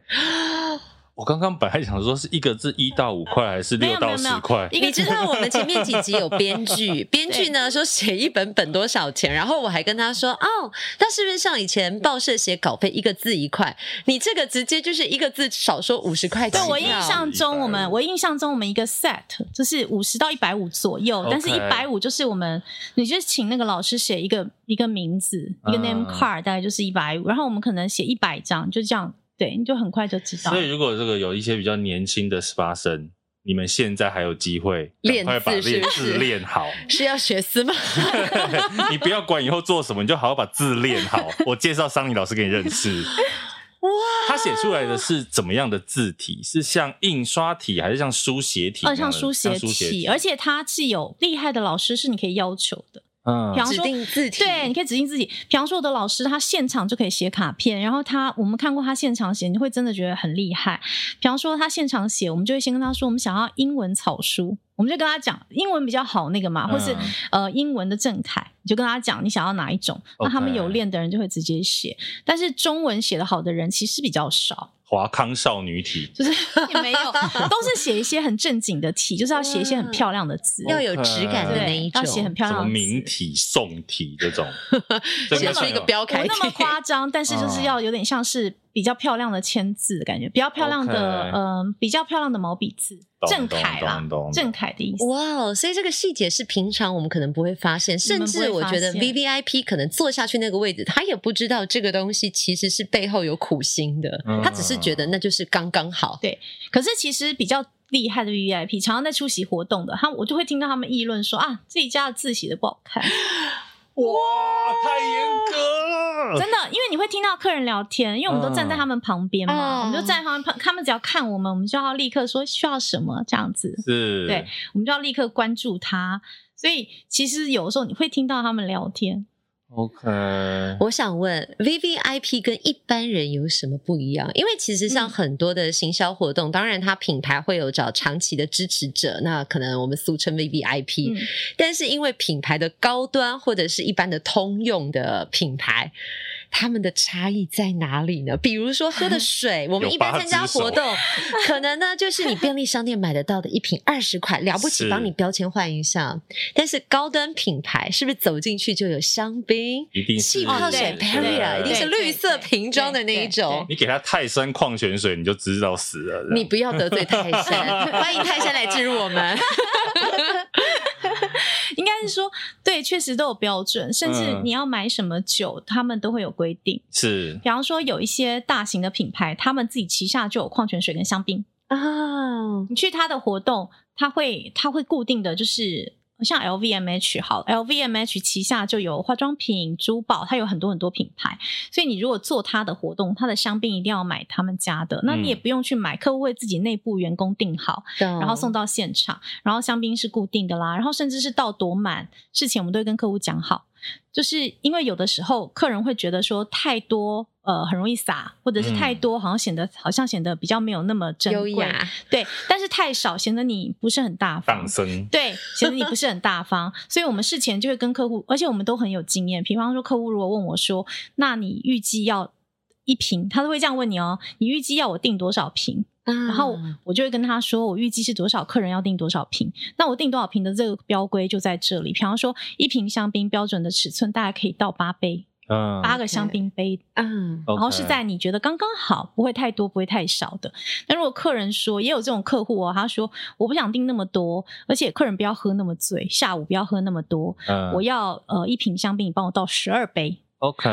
Speaker 1: 我刚刚本来想说是一个字一到五块还是
Speaker 3: 没
Speaker 1: 六
Speaker 3: 有
Speaker 1: 到
Speaker 3: 没有
Speaker 1: 十
Speaker 3: 没有
Speaker 1: 块，
Speaker 3: 一
Speaker 2: 你
Speaker 3: 个
Speaker 2: 知道我们前面几集有编 剧，编剧呢说写一本本多少钱，然后我还跟他说，哦，那是不是像以前报社写稿费一个字一块，你这个直接就是一个字少说五十块
Speaker 3: 对
Speaker 2: 钱。
Speaker 3: 我印象中，
Speaker 1: 150
Speaker 3: 我们我印象中我们一个 set 就是五十到一百五左右
Speaker 1: OK
Speaker 3: 但是一百五就是我们，你就请那个老师写一个一个名字，一个
Speaker 1: 嗯
Speaker 3: name card，、大概就是一百五，然后我们可能写一百张，就这样，对，你就很快就知道
Speaker 1: 所。以如果这个有一些比较年轻的发生，你们现在还有机会，
Speaker 2: 练
Speaker 1: 赶快把
Speaker 2: 字是
Speaker 1: 练
Speaker 2: 不是
Speaker 1: 字练好。
Speaker 2: 是要学司吗？
Speaker 1: 你不要管以后做什么，你就好好把字练 好。我介绍桑尼老师给你认识。
Speaker 2: 哇，
Speaker 1: 他写出来的是怎么样的字体？是像印刷体，还是像书写体那
Speaker 3: 呃，
Speaker 1: 样
Speaker 3: 像
Speaker 1: 的？
Speaker 3: 书写
Speaker 1: 书写
Speaker 3: 体，而且它是有厉害的老师是你可以要求的，
Speaker 1: 嗯
Speaker 3: 比方
Speaker 2: 指
Speaker 3: 说
Speaker 2: 定字体，
Speaker 3: 对，你可以指定自己。比方说，我的老师他现场就可以写卡片，然后他我们看过他现场写，你会真的觉得很厉害。比方说他现场写，我们就会先跟他说，我们想要英文草书，我们就跟他讲英文比较好那个嘛，或是、
Speaker 2: 嗯
Speaker 1: 嗯
Speaker 3: 呃英文的正楷，你就跟他讲你想要哪一种。那他们
Speaker 1: OK
Speaker 3: 有练的人就会直接写，但是中文写的好的人其实比较少。
Speaker 1: 华康少女体，
Speaker 3: 就是也没 有，都是写一些很正经的题，就是要写一些很漂亮的字，
Speaker 2: 嗯要有质感的那一
Speaker 3: 对，
Speaker 2: 种
Speaker 3: 要，写很漂
Speaker 1: 什么
Speaker 3: 亮的字
Speaker 1: 明。体、宋体这 种，
Speaker 2: 这
Speaker 1: 这个
Speaker 2: 是一个标
Speaker 3: 不
Speaker 2: 楷体
Speaker 3: 那么夸张，但是
Speaker 1: 哦
Speaker 3: 就是要有点像是比较漂亮的签字的感觉，比较漂亮的
Speaker 1: OK
Speaker 3: 嗯、比较漂亮的毛笔字，
Speaker 1: 懂
Speaker 3: 正楷啦
Speaker 1: 懂懂懂，
Speaker 3: 正楷的意思。
Speaker 2: 哇哦！所以这个细节是平常我们可能不会发现，
Speaker 3: 你
Speaker 2: 甚
Speaker 3: 们不会
Speaker 2: 至我觉得
Speaker 3: 发现
Speaker 2: V V I P 可能坐下去那个位置，他也不知道这个东西其实是背后有苦心的，
Speaker 1: 嗯
Speaker 2: 他只是觉得那就是刚刚好。
Speaker 3: 可是其实比较厉害的 V V I P，常常在出席活动的，他我就会听到他们议论说啊，自己家的字写的不好看，
Speaker 1: 呃哇，太严格了。
Speaker 3: 真的，因为你会听到客人聊天，因为我们都站在他们旁边嘛，
Speaker 2: 嗯
Speaker 3: 我们就站在他们旁，他们只要看我们，我们就要立刻说需要什么这样子。
Speaker 1: 是，
Speaker 3: 对，我们就要立刻关注他。所以其实有的时候你会听到他们聊天，
Speaker 1: OK，嗯
Speaker 2: 我想问，VVIP 跟一般人有什么不一样？因为其实像
Speaker 3: 嗯
Speaker 2: 很多的行销活动，当然它品牌会有找长期的支持者，那可能我们俗称 VVIP，、
Speaker 3: 嗯
Speaker 2: 但是因为品牌的高端或者是一般的通用的品牌，他们的差异在哪里呢？比如说喝的水，我们一般参加活动，可能呢就是你便利商店买得到的一瓶二十块，了不起
Speaker 1: 是
Speaker 2: 帮你标签换一下。但是高端品牌是不是走进去就有香槟、
Speaker 1: 一定是
Speaker 2: 气泡水、
Speaker 3: 哦对
Speaker 2: Perrier，
Speaker 1: 对
Speaker 2: 一定是绿色瓶装的那一种。
Speaker 1: 你给他泰山矿泉水，你就知道死了。这样
Speaker 2: 你不要得罪泰 山，欢迎泰山来置入我 们。
Speaker 3: 应该是说，对，确实都有标准，甚至
Speaker 1: 嗯
Speaker 3: 你要买什么酒，他们都会有规定。
Speaker 1: 是
Speaker 3: 比方说，有一些大型的品牌，他们自己旗下就有矿泉水跟香槟。
Speaker 2: 啊，
Speaker 3: 你去他的活动，他会他会固定的就是像 LVMH 好，LVMH 旗下就有化妆品、珠宝，它有很多很多品牌。所以你如果做他的活动，他的香槟一定要买他们家的，那你也
Speaker 1: 嗯
Speaker 3: 不用去买，客户会自己内部员工订好。
Speaker 2: 然
Speaker 3: 然后送到现场，然后香槟是固定的啦，然后甚至是到多满事情，我们都会跟客户讲好，就是因为有的时候客人会觉得说太多，呃，很容易洒，或者是太
Speaker 1: 嗯
Speaker 3: 多好像显得好像显得比较没有那么珍
Speaker 2: 优
Speaker 3: 贵，
Speaker 2: 雅，
Speaker 3: 对，但是太少显得你不是很大方
Speaker 1: 荡。生，
Speaker 3: 对，显得你不是很 大方，所以我们事前就会跟客户，而且我们都很有经验。比方说，客户如果问我说：“那你预计要一瓶？”他都会这样问你哦，你预计要我订多少瓶？
Speaker 2: 然
Speaker 3: 然后
Speaker 1: 嗯
Speaker 2: 啊
Speaker 3: 我就会跟他说，我预计是多少客人要订多少瓶，那我订多少瓶的这个标规就在这里。比方说，一瓶香槟标准的尺寸大概可以倒八杯，
Speaker 1: 嗯，
Speaker 3: 八个香槟杯，
Speaker 2: 嗯，
Speaker 1: OK，
Speaker 3: 然后是在你觉得刚刚好，不会太多，不会太少的。那如果客人说，也有这种客户哦，他说我不想订那么多，而且客人不要喝那么醉，下午不要喝那么多，
Speaker 1: 嗯
Speaker 3: 我要呃一瓶香槟，你帮我倒十二杯，
Speaker 1: OK，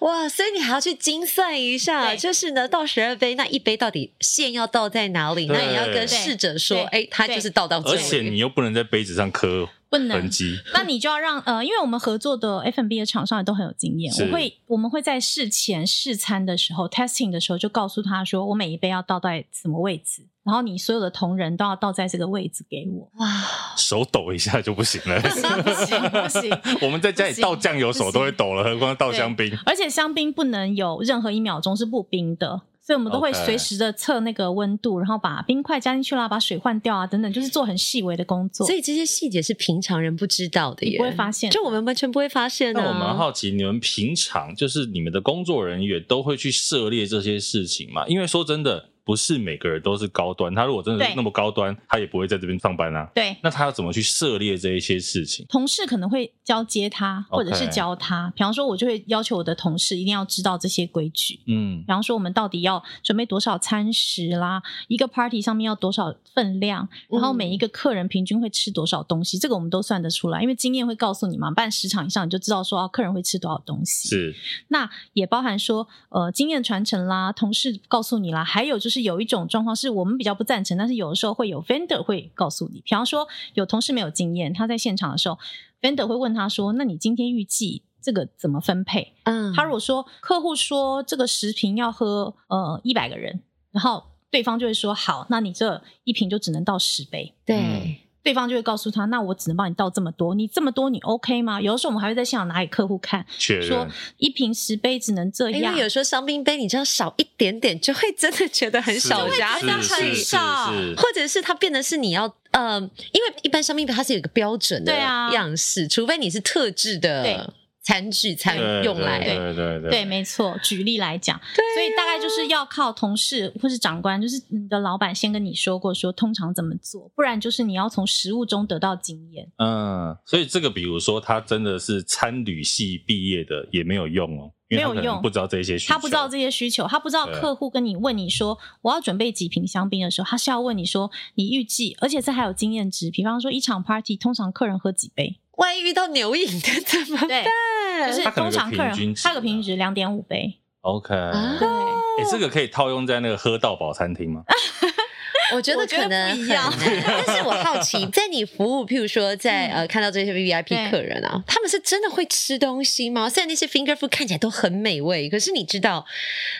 Speaker 2: 哇，所以你还要去精算一下，
Speaker 3: 对
Speaker 2: 就是呢，倒十二杯，那一杯到底线要倒在哪里？
Speaker 1: 对
Speaker 2: 那也要跟侍者说，
Speaker 3: 对
Speaker 2: 哎，他就是倒到这
Speaker 1: 而且你
Speaker 2: 里。
Speaker 1: 又不能在杯子上刻
Speaker 3: 不能
Speaker 1: 痕迹，
Speaker 3: 那你就要让呃，因为我们合作的 F&B 的厂商也都很有经验，
Speaker 1: 是
Speaker 3: 我会我们会在事前试餐的时候 testing 的时候就告诉他说，我每一杯要倒在什么位置，然后你所有的同仁都要倒在这个位置给我。
Speaker 2: 哇，
Speaker 1: 手抖一下就不行了。
Speaker 3: 不行不行不行
Speaker 1: 我们在家里倒酱油手都会抖了，何况倒香槟。
Speaker 3: 而且香槟不能有任何一秒钟是不冰的。所以我们都会
Speaker 1: OK
Speaker 3: 随时的测那个温度然后把冰块加进去啦，把水换掉啊，等等，就是做很细微的工作。
Speaker 2: 所以这些细节是平常人不知道的耶，
Speaker 3: 你不会发现
Speaker 2: 就我们完全不会发现
Speaker 1: 那
Speaker 2: 啊。
Speaker 1: 我蛮好奇，你们平常就是你们的工作人员都会去涉猎这些事情吗？因为说真的，不是每个人都是高端，他如果真的是
Speaker 3: 对
Speaker 1: 那么高端，他也不会在这边上班啊。
Speaker 3: 对，
Speaker 1: 那他要怎么去涉猎这一些事情？
Speaker 3: 同事可能会交接他，或者是
Speaker 1: OK
Speaker 3: 教他。比方说，我就会要求我的同事一定要知道这些规矩。
Speaker 1: 嗯
Speaker 3: 比，方说，我们到底要准备多少餐食啦，一个 party 上面要多少分量，然后每一个客人平均会吃多少东西，这个我们都算得出来，因为经验会告诉你嘛，办十场以上你就知道说啊，客人会吃多少东西。，
Speaker 1: 是
Speaker 3: 那也包含说呃经验传承啦，同事告诉你啦，还有就是有一种状况是我们比较不赞成，但是有的时候会有 vendor 会告诉你，比方说有同事没有经验，他在现场的时候，vendor 会问他说，那你今天预计这个怎么分配？
Speaker 2: 嗯，
Speaker 3: 他如果说客户说这个十瓶要喝呃一百个人，然后对方就会说好，那你这一瓶就只能倒十杯。
Speaker 2: 对，
Speaker 3: 对方就会告诉他，那我只能帮你倒这么多，你这么多你 OK 吗？有的时候我们还会在现场拿给客户看，
Speaker 1: 确
Speaker 3: 说
Speaker 1: 认，
Speaker 3: 一瓶十杯只能这
Speaker 2: 因
Speaker 3: 样
Speaker 2: 为，哎有时候香槟杯你这样少一点点，就会真的觉得很少
Speaker 1: 是
Speaker 2: 加
Speaker 1: 是
Speaker 2: 上
Speaker 1: 是
Speaker 2: 去
Speaker 1: 是。是
Speaker 2: 或者是它变得是你要，呃，因为一般香槟杯它是有一个标准的
Speaker 3: 对啊
Speaker 2: 样式，除非你是特制
Speaker 3: 对
Speaker 2: 的餐具才
Speaker 1: 对
Speaker 2: 用来
Speaker 1: 对对
Speaker 2: 的。
Speaker 1: 对对
Speaker 3: 对，没错。举例来讲，所以大概就是要靠同事或是长官，就是你的老板先跟你说过说通常怎么做，不然就是你要从实物中得到经验。
Speaker 1: 嗯，所以这个比如说他真的是参旅系毕业的也没有用哦，因为他
Speaker 3: 没有
Speaker 1: 可能
Speaker 3: 用
Speaker 1: 不知道这些需求，
Speaker 3: 他不知道这些需求，他不知道
Speaker 1: 对
Speaker 3: 客户跟你问你说我要准备几瓶香槟的时候，他是要问你说你预计，而且这还有经验值。比方说一场 party，通常客人喝几杯？
Speaker 2: 万一遇到牛饮的怎么办？
Speaker 3: 对，就是
Speaker 1: 他可能有
Speaker 3: 通
Speaker 1: 个
Speaker 3: 常客
Speaker 1: 平均
Speaker 3: 人
Speaker 1: 值
Speaker 3: 他有个平均值两点五杯。
Speaker 1: OK，
Speaker 2: 啊
Speaker 1: 哎、这个可以套用在那个喝到饱餐厅
Speaker 3: 啊
Speaker 1: 吗？
Speaker 2: 我觉得
Speaker 3: 我觉得
Speaker 2: 可能
Speaker 3: 不
Speaker 2: 很
Speaker 3: 一
Speaker 2: 难
Speaker 3: 样。
Speaker 2: 但是我好奇，在你服务，譬如说在
Speaker 3: 嗯
Speaker 2: 呃看到这些 V V I P
Speaker 3: 对
Speaker 2: 客人啊，他们是真的会吃东西吗？虽然那些 finger food 看起来都很美味，可是你知道，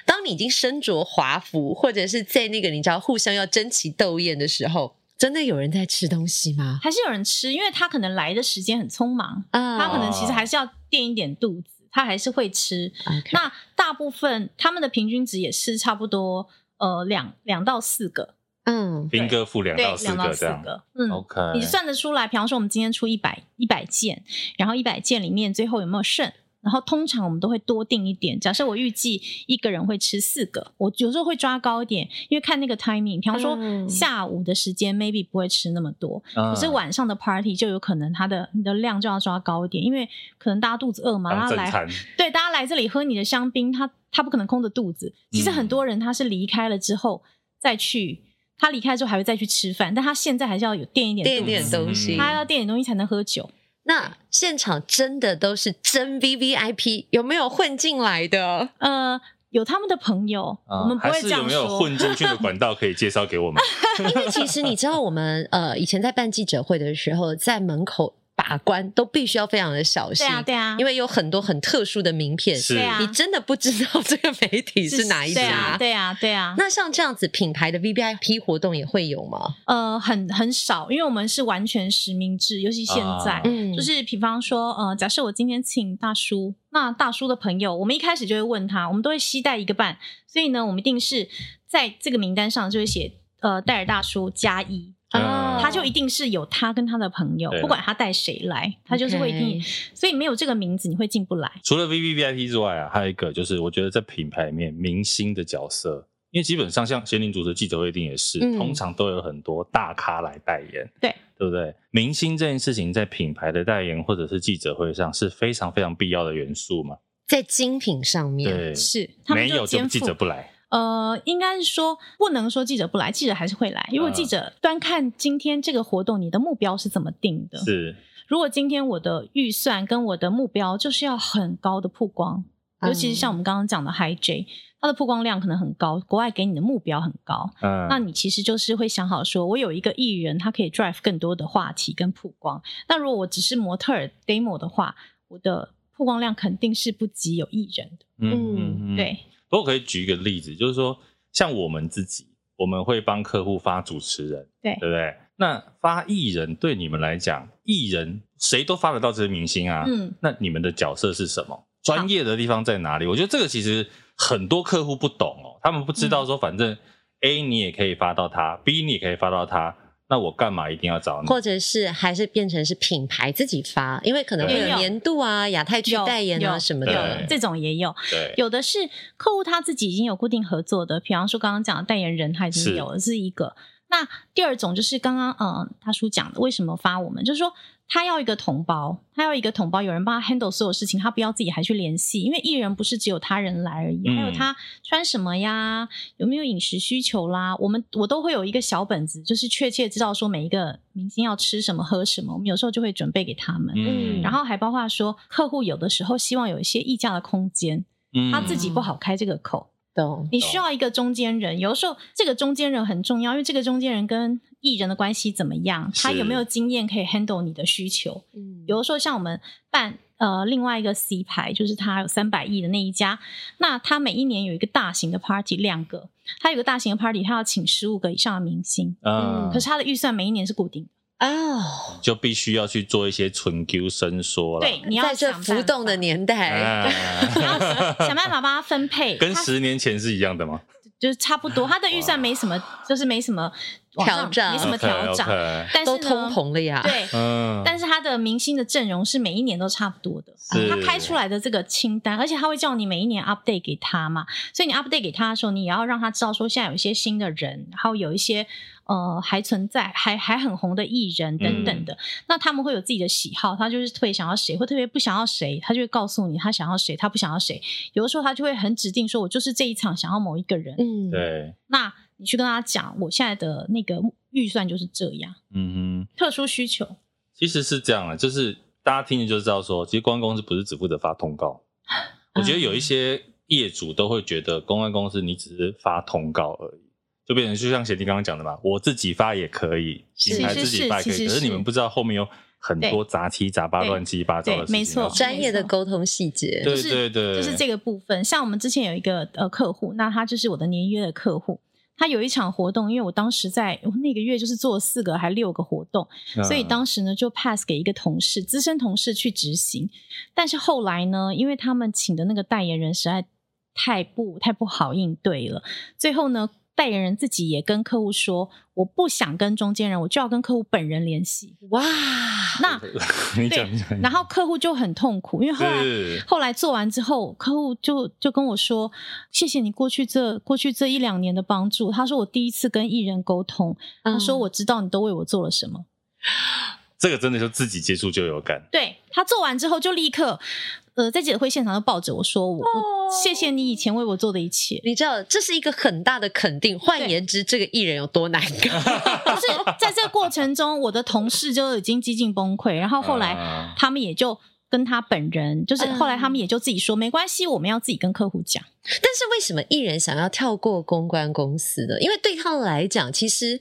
Speaker 2: 当你已经身着华服，或者是在那个你知道互相要争奇斗艳的时候。真的有人在吃东西吗？
Speaker 3: 还是有人吃，因为他可能来的时间很匆忙，
Speaker 2: 啊
Speaker 3: 他可能其实还是要垫一点肚子，他还是会吃。
Speaker 2: 啊 OK
Speaker 3: 那大部分他们的平均值也是差不多，呃，两两到四个，
Speaker 2: 嗯
Speaker 1: 兵哥付两
Speaker 3: 对
Speaker 1: 到，四
Speaker 3: 两到
Speaker 1: 个
Speaker 3: 四
Speaker 1: 这样。
Speaker 3: 个，嗯。
Speaker 1: OK，
Speaker 3: 你算得出来，比方说我们今天出一百一百件，然后一百件里面最后有没有剩？然后通常我们都会多订一点。假设我预计一个人会吃四个，我有时候会抓高一点，因为看那个 timing。比方说
Speaker 2: 嗯
Speaker 3: 下午的时间 maybe 不会吃那么多，
Speaker 1: 嗯
Speaker 3: 可是晚上的 party 就有可能它的你的量就要抓高一点，因为可能大家肚子饿嘛，
Speaker 1: 当
Speaker 3: 大家
Speaker 1: 正
Speaker 3: 来
Speaker 1: 餐，
Speaker 3: 对大家来这里喝你的香槟，他他不可能空着肚子。其实
Speaker 1: 嗯
Speaker 3: 很多人他是离开了之后再去，他离开之后还会再去吃饭，但他现在还是要有垫一点
Speaker 2: 垫
Speaker 3: 肚
Speaker 2: 一
Speaker 3: 子
Speaker 2: 点东西。
Speaker 1: 嗯
Speaker 3: 他要垫点东西才能喝酒。
Speaker 2: 那现场真的都是真 V V I P，有没有混进来的？
Speaker 3: 呃，有他们的朋友，
Speaker 1: 啊
Speaker 3: 我们不
Speaker 1: 还
Speaker 3: 会
Speaker 1: 啊是
Speaker 3: 这
Speaker 1: 有
Speaker 3: 样
Speaker 1: 没有
Speaker 3: 说。
Speaker 1: 混进去的管道可以介绍给我 们？
Speaker 2: 因为其实你知道，我们呃以前在办记者会的时候，在门口把关都必须要非常的小心，
Speaker 3: 对啊，对啊，
Speaker 2: 因为有很多很特殊的名片，
Speaker 1: 是
Speaker 3: 对啊
Speaker 2: 你，真的不知道这个媒体是哪一
Speaker 3: 对啊
Speaker 2: 家。
Speaker 3: 对啊，对啊。
Speaker 2: 那像这样子品牌的 V V I P 活动也会有吗？
Speaker 3: 呃，很很少，因为我们是完全实名制，尤其现在。
Speaker 1: 啊
Speaker 2: 嗯
Speaker 3: 就是比方说，呃，假设我今天请大叔，那大叔的朋友，我们一开始就会问他，我们都会携带一个伴，所以呢，我们一定是在这个名单上就会写，呃，戴尔大叔加一，
Speaker 1: 嗯
Speaker 3: 啊他就一定是有他跟他的朋友
Speaker 1: 对，
Speaker 3: 不管他带谁来，他就是会一定
Speaker 2: OK
Speaker 3: 所以没有这个名字你会进不来。
Speaker 1: 除了 V V V I P 之外啊，还有一个就是，我觉得在品牌里面，明星的角色，因为基本上像咸宁主持记者会一定也是，
Speaker 2: 嗯
Speaker 1: 通常都有很多大咖来代言，
Speaker 3: 对
Speaker 1: 对不对？明星这件事情在品牌的代言或者是记者会上是非常非常必要的元素嘛？
Speaker 2: 在精品上面，
Speaker 1: 对，
Speaker 3: 是，他们
Speaker 1: 没有就
Speaker 3: 肩
Speaker 1: 记
Speaker 3: 负
Speaker 1: 者不来，
Speaker 3: 呃，应该是说不能说记者不来，记者还是会来。如果
Speaker 1: 啊
Speaker 3: 记者端看今天这个活动，你的目标是怎么定的？
Speaker 1: 是
Speaker 3: 如果今天我的预算跟我的目标就是要很高的曝光，
Speaker 2: 嗯
Speaker 3: 尤其是像我们刚刚讲的 High J，它的曝光量可能很高，国外给你的目标很高，
Speaker 1: 嗯，
Speaker 3: 那你其实就是会想好说，我有一个艺人，他可以 drive 更多的话题跟曝光。那如果我只是模特儿 demo 的话，我的曝光量肯定是不及有艺人的。
Speaker 1: 嗯。
Speaker 3: 对，
Speaker 1: 不过我可以举一个例子，就是说，像我们自己，我们会帮客户发主持人，
Speaker 3: 对
Speaker 1: 对不对？那发艺人对你们来讲，艺人谁都发得到这些明星啊，
Speaker 3: 嗯，
Speaker 1: 那你们的角色是什么？专业的地方在哪里？我觉得这个其实很多客户不懂哦，他们不知
Speaker 3: 嗯
Speaker 1: 道说，反正 A 你也可以发到他，B 你也可以发到他，那我干嘛一定要找你？
Speaker 2: 或者是还是变成是品牌自己发，因为可能会
Speaker 1: 对
Speaker 2: 有年度啊、亚太区
Speaker 3: 有
Speaker 2: 代言啊
Speaker 3: 有
Speaker 2: 什么
Speaker 1: 对
Speaker 2: 的。
Speaker 3: 这种也有，
Speaker 1: 对，
Speaker 3: 有的是客户他自己已经有固定合作的，比方说刚刚讲的代言人他已经
Speaker 1: 是
Speaker 3: 有了，这是一个。那第二种就是刚刚嗯大叔讲的，为什么发我们，就是说他要一个同胞，他要一个同胞，有人帮他 handle 所有事情，他不要自己还去联系，因为艺人不是只有他人来而已，
Speaker 1: 嗯
Speaker 3: 还有他穿什么呀，有没有饮食需求啦，我们我都会有一个小本子，就是确切知道说每一个明星要吃什么喝什么，我们有时候就会准备给他们，
Speaker 1: 嗯
Speaker 3: 然后还包括说客户有的时候希望有一些议价的空间，
Speaker 1: 嗯
Speaker 3: 他自己不好开这个口，
Speaker 2: 懂，
Speaker 3: 你需要一个中间人。有的时候这个中间人很重要，因为这个中间人跟艺人的关系怎么样，
Speaker 1: 是
Speaker 3: 他有没有经验可以 handle 你的需求。
Speaker 2: 嗯
Speaker 3: 有的时候像我们办呃另外一个 C 牌，就是他有三百亿的那一家，那他每一年有一个大型的 party 两个，他有个大型的 party，他要请十五个以上的明星，
Speaker 1: 嗯，
Speaker 3: 可是他的预算每一年是固定的。
Speaker 2: 哦，
Speaker 1: 就必须要去做一些存 Q 伸缩了。
Speaker 3: 对，你要
Speaker 2: 在这
Speaker 3: 想办
Speaker 2: 浮动的
Speaker 3: 法。
Speaker 2: 年代，
Speaker 1: 啊，
Speaker 3: 你要 想办法帮他分配，
Speaker 1: 跟
Speaker 3: 他
Speaker 1: 十年前是一样的吗？
Speaker 3: 就是差不多，他的预算没什么，就是没什么往
Speaker 2: 调
Speaker 3: 上
Speaker 2: 整
Speaker 3: 没什么调整，
Speaker 1: OK，OK
Speaker 3: 但是
Speaker 2: 都
Speaker 3: 呢
Speaker 2: 通膨了啊呀。
Speaker 3: 对。
Speaker 1: 嗯，
Speaker 3: 但是他的明星的阵容是每一年都差不多的
Speaker 1: 是，
Speaker 3: 他开出来的这个清单，而且他会叫你每一年 update 给他嘛，所以你 update 给他的时候，你也要让他知道说现在有一些新的人，然后有一些呃还存在还还很红的艺人
Speaker 1: 嗯
Speaker 3: 等等的，那他们会有自己的喜好，他就是特别想要谁，或特别不想要谁，他就会告诉你他想要谁，他不想要谁，有的时候他就会很指定说，我就是这一场想要某一个人，
Speaker 2: 嗯，
Speaker 1: 对，
Speaker 3: 那你去跟他讲，我现在的那个预算就是这样，
Speaker 1: 嗯哼，
Speaker 3: 特殊需求。
Speaker 1: 其实是这样的，就是大家听着就知道说，其实公关公司不是只负责发通告，我觉得有一些业主都会觉得公关公司你只是发通告而已。就变成就像贤弟刚刚讲的嘛，我自己发也可以，
Speaker 2: 是
Speaker 1: 品牌
Speaker 3: 是
Speaker 1: 自己发也可
Speaker 3: 是是
Speaker 1: 以，可是
Speaker 3: 是
Speaker 1: 你们不知道后面有很多杂七杂八、
Speaker 3: 对
Speaker 1: 乱七八糟的事
Speaker 3: 对
Speaker 1: 情要
Speaker 3: 没错
Speaker 1: 做。
Speaker 2: 专业的沟通细节，
Speaker 1: 对
Speaker 3: 就是
Speaker 1: 对对，
Speaker 3: 就是这个部分。像我们之前有一个呃客户，那他就是我的年约的客户，他有一场活动，因为我当时在我那个月就是做了四个还六个活动，
Speaker 1: 嗯
Speaker 3: 所以当时呢就 pass 给一个同事，资深同事去执行。但是后来呢，因为他们请的那个代言人实在太不太不好应对了，最后呢，代言人自己也跟客户说，我不想跟中间人，我就要跟客户本人联系。
Speaker 2: 哇，
Speaker 3: 那
Speaker 1: 你
Speaker 3: 对
Speaker 1: 讲你讲，
Speaker 3: 然后客户就很痛苦，因为后啊来
Speaker 1: 是
Speaker 3: 后来做完之后，客户就就跟我说：“谢谢你过去这过去这一两年的帮助。”他说：“我第一次跟艺人沟通，
Speaker 2: 嗯
Speaker 3: 他说我知道你都为我做了什么。
Speaker 1: 这个真的就自己接触就有感，
Speaker 3: 对他做完之后就立刻，呃，在记者会现场就抱着我说我：“我、谢谢你以前为我做的一切。”
Speaker 2: 你知道这是一个很大的肯定。换言之，这个艺人有多难搞？
Speaker 3: 可是在这个过程中，我的同事就已经几近崩溃，然后后来
Speaker 1: 啊
Speaker 3: 他们也就。跟他本人，就是后来他们也就自己说、没关系，我们要自己跟客户讲。
Speaker 2: 但是为什么艺人想要跳过公关公司呢？因为对他来讲，其实。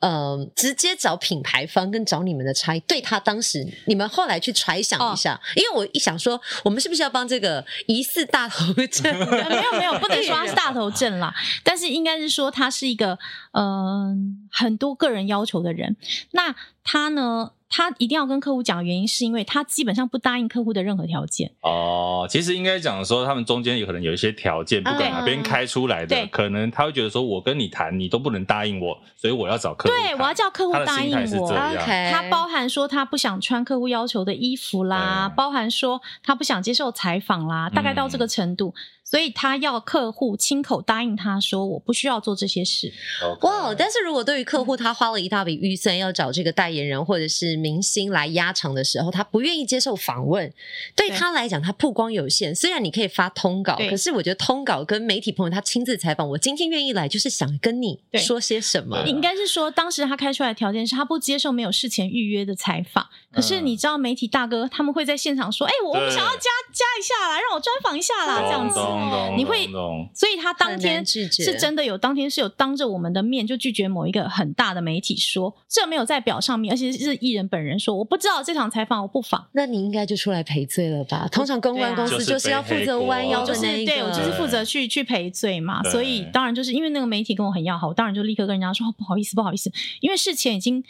Speaker 2: 呃，直接找品牌方跟找你们的差异，对他当时你们后来去揣想一
Speaker 3: 哦
Speaker 2: 下，因为我一想说，我们是不是要帮这个疑似大头症的
Speaker 3: 没有 没有，不能说他是大头症啦，但是应该是说他是一个嗯、呃很多个人要求的人。那他呢，他一定要跟客户讲的原因，是因为他基本上不答应客户的任何条件。
Speaker 1: 哦，其实应该讲说，他们中间有可能有一些条件，不管哪边开出来
Speaker 3: 嗯对
Speaker 1: 的，可能他会觉得说，我跟你谈，你都不能答应我，所以我要找客户谈。
Speaker 3: 对我要叫客户
Speaker 1: 他的
Speaker 3: 答
Speaker 1: 心
Speaker 3: 应
Speaker 1: 态是
Speaker 3: 我
Speaker 1: 这样
Speaker 2: ？OK，
Speaker 3: 他包含说他不想穿客户要求的衣服啦，
Speaker 1: 对嗯
Speaker 3: 包含说他不想接受采访啦，大概到这个程度，所以他要客户亲口答应他说我不需要做这些事。
Speaker 1: OK
Speaker 2: 哇！但是如果对于
Speaker 3: 嗯
Speaker 2: 客户他花了一大笔预算要找这个代言人或者是明星来压场的时候，他不愿意接受访问，对
Speaker 3: 对
Speaker 2: 他来讲，他曝光有限。虽然你可以发通稿，
Speaker 3: 对
Speaker 2: 可是我觉得通稿跟媒体朋友他亲自采访，我今天愿意来就是想跟你
Speaker 3: 对
Speaker 2: 说些什么。
Speaker 1: 对
Speaker 3: 应该是说，当时他开出来的条件是他不接受没有事前预约的采访。可是你知道，媒体大哥他们会在现场说：“哎、我我
Speaker 1: 嗯对
Speaker 3: 们想要加加一下啦，让我专访一下啦，
Speaker 1: 懂
Speaker 3: 这样子。
Speaker 1: 懂懂
Speaker 3: 你会
Speaker 1: 懂懂
Speaker 3: 所以他当
Speaker 2: 很
Speaker 3: 天
Speaker 2: 难拒绝
Speaker 3: 是真的有，当天是有当着我们的面就拒绝某一个很大的媒体说，这没有在表上面，而且是艺人本人说，我不知道这场采访，我不访。
Speaker 2: 那你应该就出来赔罪了吧？通常公关公司
Speaker 1: 就是
Speaker 2: 要负责弯腰
Speaker 3: 我
Speaker 2: 的
Speaker 1: 啊
Speaker 3: 啊哦就是
Speaker 2: 那一个，
Speaker 3: 对我就是负责去去赔罪嘛，
Speaker 1: 对
Speaker 3: 所以当然就是因为那个媒体跟我很要好，我当然就立刻跟人家说、哦不好意思，不好意思，因为事前已经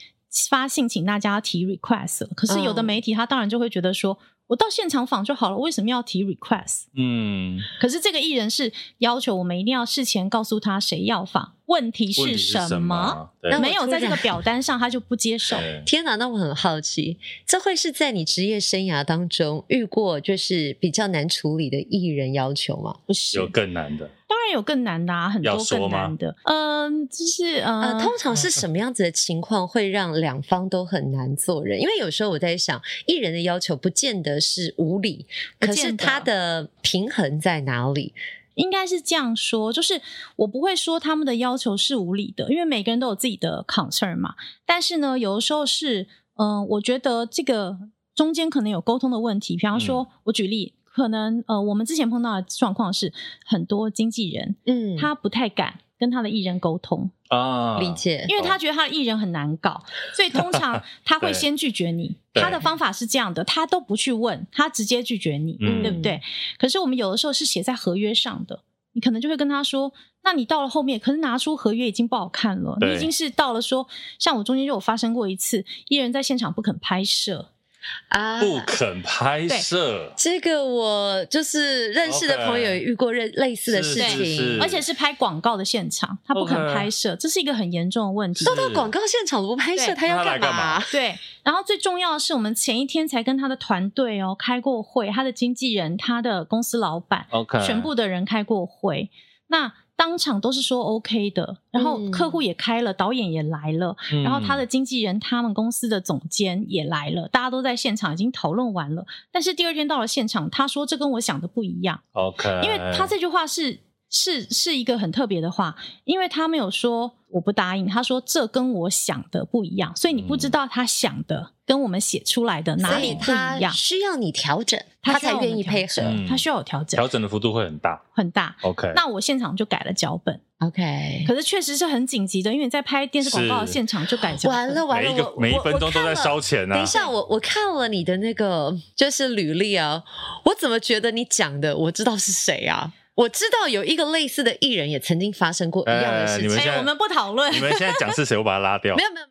Speaker 3: 发信请大家提 request 了，可是有的
Speaker 2: 嗯
Speaker 3: 媒体他当然就会觉得说。我到现场访就好了，为什么要提 request？
Speaker 1: 嗯，
Speaker 3: 可是这个艺人是要求我们一定要事前告诉他谁要访，问题
Speaker 1: 问题
Speaker 3: 是
Speaker 1: 是
Speaker 3: 什么，
Speaker 1: 么？对
Speaker 2: 那我
Speaker 3: 没有在这
Speaker 2: 嗯突
Speaker 3: 个
Speaker 2: 然
Speaker 3: 表单上他就不接受。
Speaker 1: 对
Speaker 2: 天哪，那我很好奇，这会是在你职业生涯当中遇过就是比较难处理的艺人要求吗？
Speaker 3: 不是，
Speaker 1: 有更难的，
Speaker 3: 当然有更难的、啊，很
Speaker 1: 要
Speaker 3: 多
Speaker 1: 说
Speaker 3: 更难
Speaker 1: 吗
Speaker 3: 的。嗯，就是
Speaker 2: 呃，
Speaker 3: 嗯，
Speaker 2: 通常是什么样子的情况会让两方都很难做人？因为有时候我在想，艺人的要求不见得是无理，
Speaker 3: 不
Speaker 2: 可是
Speaker 3: 见得
Speaker 2: 他的平衡在哪里？
Speaker 3: 应该是这样说，就是我不会说他们的要求是无理的，因为每个人都有自己的 concern 嘛。但是呢，有的时候是，嗯、我觉得这个中间可能有沟通的问题。比方说，我举例，可能呃，我们之前碰到的状况是，很多经纪人
Speaker 2: 嗯，
Speaker 3: 他不太敢跟他的艺人沟通，
Speaker 1: 啊，
Speaker 2: 理解
Speaker 3: 因为他觉得他的艺人很难搞，所以通 常他会
Speaker 1: 对
Speaker 3: 先拒绝你。
Speaker 1: 对
Speaker 3: 他的方法是这样的，他都不去问，他直接拒绝你。
Speaker 1: 嗯
Speaker 3: 对不对？可是我们有的时候是写在合约上的，你可能就会跟他说，那你到了后面，可是拿出合约已经不好看了，
Speaker 1: 对
Speaker 3: 你已经是到了说，像我中间就有发生过一次，艺人在现场不肯拍摄，
Speaker 2: 啊？
Speaker 1: 不肯拍摄，
Speaker 2: 这个我就是认识的朋友也遇过类类似的事
Speaker 1: 是是
Speaker 2: 情
Speaker 1: 是，
Speaker 3: 而且是拍广告的现场，他不肯
Speaker 1: OK
Speaker 3: 拍摄，这是一个很严重的问题。
Speaker 2: 都哦到广告现场了不拍摄，
Speaker 3: 对
Speaker 2: 他要
Speaker 1: 那他来
Speaker 2: 干
Speaker 1: 干嘛
Speaker 2: 嘛？
Speaker 3: 对，然后最重要的是，我们前一天才跟他的团队哦开过会，他的经纪人、他的公司老板，
Speaker 1: OK，
Speaker 3: 全部的人开过会，那当场都是说 OK 的，然后
Speaker 2: 嗯
Speaker 3: 客户也开了，导演也来了，
Speaker 1: 嗯，
Speaker 3: 然后他的经纪人、他们公司的总监也来了，大家都在现场已经讨论完了。但是第二天到了现场，他说这跟我想的不一样，
Speaker 1: OK，
Speaker 3: 因为
Speaker 1: 呃
Speaker 3: 他这句话是。是是一个很特别的话，因为他没有说我不答应，他说这跟我想的不一样，所以你不
Speaker 1: 嗯
Speaker 3: 知道他想的跟我们写出来的哪
Speaker 2: 所
Speaker 3: 里
Speaker 2: 以
Speaker 3: 不
Speaker 2: 他
Speaker 3: 一样，
Speaker 2: 需要你调整，
Speaker 3: 他
Speaker 2: 他
Speaker 3: 需要
Speaker 2: 才
Speaker 3: 我们
Speaker 2: 愿意配合
Speaker 3: 调。
Speaker 1: 嗯
Speaker 3: 他需要有调整
Speaker 1: 调，整的幅度会很大
Speaker 3: 很大。
Speaker 1: ，OK，
Speaker 3: 那我现场就改了脚本，
Speaker 1: 嗯
Speaker 2: OK，
Speaker 3: 可是确实是很紧急的，因为你在拍电视广告的
Speaker 1: 是
Speaker 3: 现场就改脚本，
Speaker 2: 完了完
Speaker 1: 每
Speaker 2: 了，
Speaker 1: 一
Speaker 2: 我
Speaker 1: 个每一
Speaker 2: 我
Speaker 1: 分钟都在烧。钱啊呐
Speaker 2: 我看了等一，下，我我看了你的那个就是履历啊，我怎么觉得你讲的我知道是谁啊？我知道有一个类似的艺人也曾经发生过一样的事
Speaker 1: 你
Speaker 2: 情，
Speaker 1: 们
Speaker 3: 哎、
Speaker 1: 现在
Speaker 3: 我们不讨论
Speaker 1: 你，们现在讲是谁，我把他拉掉
Speaker 2: 没。有 没有。没有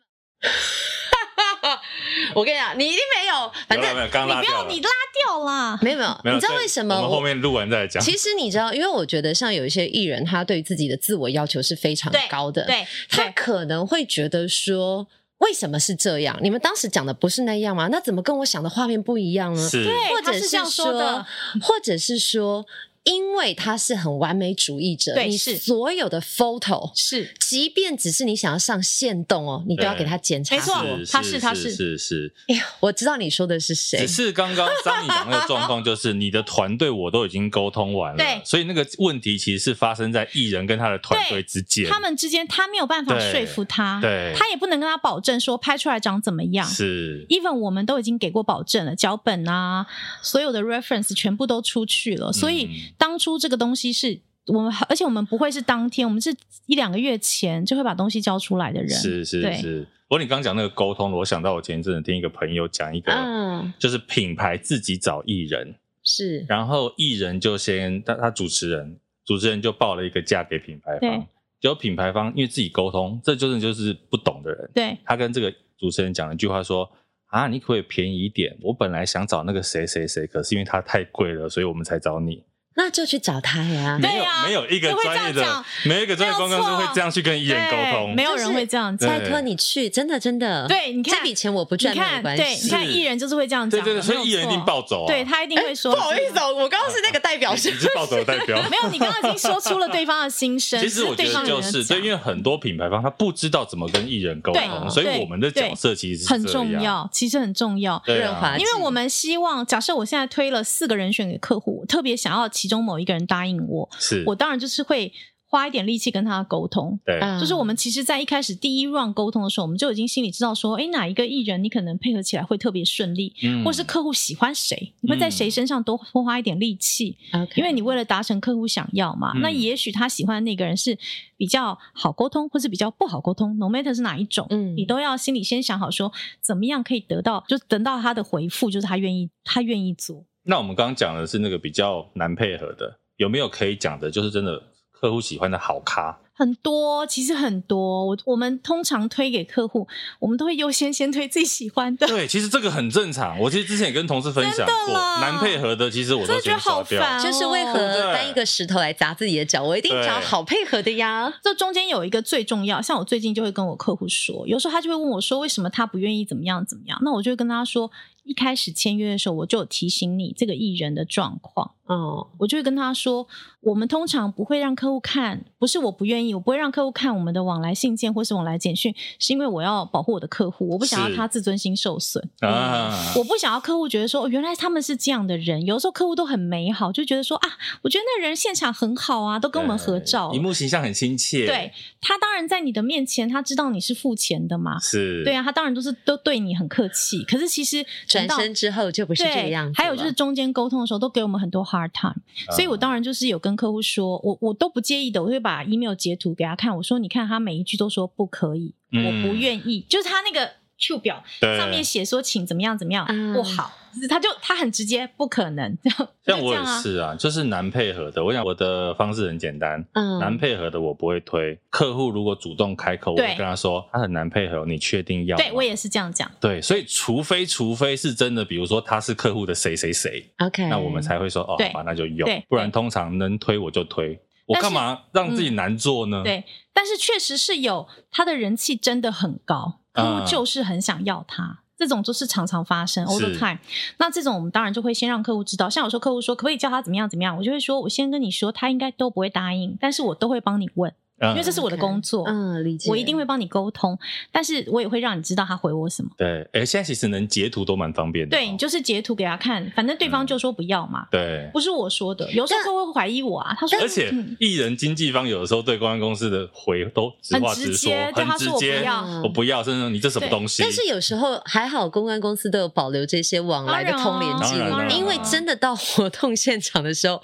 Speaker 2: 我跟你讲，你一定没有，反
Speaker 1: 有啦
Speaker 2: 正
Speaker 1: 没有，刚
Speaker 3: 你
Speaker 1: 拉
Speaker 3: 不
Speaker 1: 掉
Speaker 3: 要
Speaker 1: 了。
Speaker 3: 你拉掉啦。
Speaker 2: 没有没有，
Speaker 1: 没有
Speaker 2: 你知道为什么
Speaker 1: 我们后面录完再来讲。
Speaker 2: 其实你知道，因为我觉得像有一些艺人，他对自己的自我要求是非常
Speaker 3: 对
Speaker 2: 高的，
Speaker 3: 对，
Speaker 2: 他可能会觉得说，为什么是这样？你们当时讲的不是那样吗？那怎么跟我想的画面不一样呢？
Speaker 1: 是，
Speaker 3: 对
Speaker 2: 或
Speaker 3: 他
Speaker 2: 者
Speaker 3: 是这样说的，
Speaker 2: 或者是说，因为他是很完美主义者，
Speaker 3: 对
Speaker 2: 你
Speaker 3: 是
Speaker 2: 所有的 photo，
Speaker 3: 是
Speaker 2: 即便只是你想要上线动哦，你都要
Speaker 1: 对
Speaker 2: 给他检查。
Speaker 3: 没错他是他
Speaker 1: 是
Speaker 3: 是
Speaker 1: 是是，
Speaker 2: 哎呀，我知道你说的是谁
Speaker 1: 只，是刚刚张你讲那个状况，就是你的团队我都已经沟通完了，
Speaker 3: 对
Speaker 1: 所以那个问题其实是发生在艺人跟他的团队之间，
Speaker 3: 他们之间他没有办法
Speaker 1: 对
Speaker 3: 说服他，
Speaker 1: 对
Speaker 3: 他也不能跟他保证说拍出来长怎么样。
Speaker 1: 是
Speaker 3: even 我们都已经给过保证了，脚本啊，所有的 reference 全部都出去
Speaker 1: 嗯
Speaker 3: 了，所以当初这个东西是我们，而且我们不会是当天，我们是一两个月前就会把东西交出来的人，
Speaker 1: 是是
Speaker 3: 对
Speaker 1: 是。不过你刚刚讲那个沟通，我想到我前一阵子听一个朋友讲一个，
Speaker 2: 嗯，
Speaker 1: 就是品牌自己找艺人，
Speaker 2: 是
Speaker 1: 然后艺人就先他他主持人，主持人就报了一个价给品牌方
Speaker 3: 对，
Speaker 1: 结果品牌方因为自己沟通，这就是就是不懂的人，
Speaker 3: 对
Speaker 1: 他跟这个主持人讲了一句话说：“啊，你可不可以便宜一点？我本来想找那个谁谁谁，可是因为他太贵了，所以我们才找你。
Speaker 2: 那就去找他呀。
Speaker 3: 对
Speaker 1: 没有
Speaker 3: 啊
Speaker 1: 没有一个
Speaker 3: 谁会
Speaker 1: 专业
Speaker 3: 这样
Speaker 1: 的
Speaker 3: 讲，
Speaker 1: 没有一个专业公关公司会这样去跟艺人沟通。
Speaker 3: 对没有
Speaker 2: 就是
Speaker 3: 人会这样
Speaker 1: 对
Speaker 3: 讲。
Speaker 2: 拜托你去，真的真的，
Speaker 3: 对你看
Speaker 2: 这笔钱我不
Speaker 3: 你
Speaker 2: 赚没有
Speaker 3: 看，
Speaker 2: 关
Speaker 3: 对，你
Speaker 2: 系。
Speaker 3: 看艺人就是会这样
Speaker 1: 对
Speaker 3: 讲的，
Speaker 1: 对对，所以
Speaker 3: 没有
Speaker 1: 艺人一定
Speaker 3: 错，
Speaker 1: 暴走啊！
Speaker 3: 对他一定会说，
Speaker 1: 啊
Speaker 2: 哦，我刚刚是那个代表
Speaker 1: 你是暴走的代 表。
Speaker 3: 没有，你刚刚已经说出了对方的心 声。
Speaker 1: 其实我觉
Speaker 3: 只
Speaker 1: 得
Speaker 3: 对方
Speaker 1: 就
Speaker 3: 有人
Speaker 1: 是
Speaker 3: 讲
Speaker 1: 对，因为很多品牌方他不知道怎么跟艺人沟通，
Speaker 3: 对
Speaker 1: 所以
Speaker 3: 对
Speaker 1: 我们的角色其实是
Speaker 3: 很
Speaker 1: 这样
Speaker 3: 重。要，其实很重要。
Speaker 1: 对
Speaker 2: 润滑
Speaker 1: 啊
Speaker 2: 剂，
Speaker 3: 因为我们希望，假设我现在推了四个人选给客户，我特别想要其中某一个人答应我，
Speaker 1: 是
Speaker 3: 我当呃然就是会花一点力气跟他沟通。
Speaker 1: 对
Speaker 2: 嗯
Speaker 3: 就是我们其实，在一开始第一 round 沟通的时候，我们就已经心里知道说，诶，哪一个艺人你可能配合起来会特别顺利，
Speaker 1: 嗯
Speaker 3: 或是客户喜欢谁，你会在谁身上多多花一点力气。
Speaker 2: OK
Speaker 3: 因为你为了达成客户想要嘛，
Speaker 1: 嗯
Speaker 3: 那也许他喜欢的那个人是比较好沟通，或是比较不好沟通，no matter 是哪一种，
Speaker 2: 嗯
Speaker 3: 你都要心里先想好说，怎么样可以得到，就等到他的回复，就是他愿意，他愿意做。
Speaker 1: 那我们刚刚讲的是那个比较难配合的，有没有可以讲的？就是真的客户喜欢的好 咖，
Speaker 3: 很多，其实很多。我我们通常推给客户，我们都会优先先推自己喜欢的。
Speaker 1: 对，其实这个很正常。我其实之前也跟同事分享
Speaker 3: 真的
Speaker 1: 过，
Speaker 3: 啦
Speaker 1: 难配合的，其实我
Speaker 3: 真
Speaker 1: 都
Speaker 3: 的觉
Speaker 1: 先
Speaker 3: 得
Speaker 1: 刷
Speaker 3: 好
Speaker 1: 掉。
Speaker 3: 烦、哦，
Speaker 2: 就是为何搬一个石头来砸自己的脚？我一定
Speaker 1: 对
Speaker 2: 找好配合的呀。
Speaker 3: 这中间有一个最重要，像我最近就会跟我客户说，有时候他就会问我说，为什么他不愿意怎么样怎么样？那我就会跟他说，一开始签约的时候我就有提醒你这个艺人的状况，
Speaker 2: 哦，
Speaker 3: 我就会跟他说，我们通常不会让客户看，不是我不愿意，我不会让客户看我们的往来信件或是往来简讯，是因为我要保护我的客户，我不想
Speaker 1: 是
Speaker 3: 要他自尊心受损。嗯
Speaker 1: 啊！
Speaker 3: 我不想要客户觉得说，哦，原来他们是这样的人。有时候客户都很美好，就觉得说啊，我觉得那人现场很好啊，都跟我们合照
Speaker 1: 对荧。幕形象很亲切，
Speaker 3: 对，他当然在你的面前，他知道你是付钱的嘛。
Speaker 1: 是，
Speaker 3: 对啊，他当然都是都对你很客气。可是其实
Speaker 2: 转
Speaker 3: 等到
Speaker 2: 身之后就不是这个
Speaker 3: 对
Speaker 2: 样子，了。
Speaker 3: 还有就是中间沟通的时候都给我们很多 hard time，、
Speaker 1: 啊
Speaker 3: 所以我当然就是有跟客户说，我我都不介意的，我会把 email 截图给他看，我说你看他每一句都说不可以，
Speaker 1: 嗯
Speaker 3: 我不愿意，就是他那个 Q 表
Speaker 1: 对
Speaker 3: 上面写说请怎么样怎么样、
Speaker 2: 嗯
Speaker 3: 不好，他就他很直接，不可能， 这
Speaker 1: 像
Speaker 3: 样就
Speaker 1: 我
Speaker 3: 这
Speaker 1: 也
Speaker 3: 样啊，
Speaker 1: 是啊，就是难配合的。我想我的方式很简单，难
Speaker 2: 嗯，
Speaker 1: 配合的我不会推。客户如果主动开口，我
Speaker 3: 对
Speaker 1: 会跟他说他很难配合，你确定要吗？
Speaker 3: 对我也是这样讲，
Speaker 1: 对，所以除非除非是真的，比如说他是客户的谁谁谁，
Speaker 2: OK，
Speaker 1: 那我们才会说哦，
Speaker 3: 嗯对
Speaker 1: 好吧，那就用
Speaker 3: 对，
Speaker 1: 不然通常能推我就推，我
Speaker 3: 但是
Speaker 1: 干嘛让自己难做呢？
Speaker 3: 对，但是确实是有他的人气真的很高，客
Speaker 1: 嗯
Speaker 3: 户就是很想要他。这种就是常常发生
Speaker 1: 是嗯
Speaker 3: all the time。那这种我们当然就会先让客户知道，像有时候客户说可不可以叫他怎么样怎么样，我就会说我先跟你说，他应该都不会答应，但是我都会帮你问，
Speaker 1: 嗯，
Speaker 3: 因为这是我的工作，
Speaker 2: 嗯，理解，
Speaker 3: 我一定会帮你沟通，但是我也会让你知道他回我什么。
Speaker 1: 对，哎，现在其实能截图都蛮方便的哦。
Speaker 3: 对你就是截图给他看，反正对方就说不要嘛，
Speaker 1: 对，
Speaker 3: 不是我说的。有时候客户会怀疑我啊，他说，
Speaker 1: 而且
Speaker 3: 嗯
Speaker 1: 艺人经纪方有的时候对公关公司的回都直话
Speaker 3: 很
Speaker 1: 直
Speaker 3: 直
Speaker 1: 说
Speaker 3: 接，，对
Speaker 1: 很
Speaker 3: 他
Speaker 1: 直
Speaker 3: 说我不
Speaker 1: 接，
Speaker 3: 要，
Speaker 1: 我不要，甚至说你这什么
Speaker 3: 对
Speaker 1: 东西？
Speaker 2: 但是有时候还好，公关公司都有保留这些往来的通联记
Speaker 1: 当然啊当然
Speaker 2: 录，
Speaker 1: 啊
Speaker 2: 因为真的到活动现场的时候，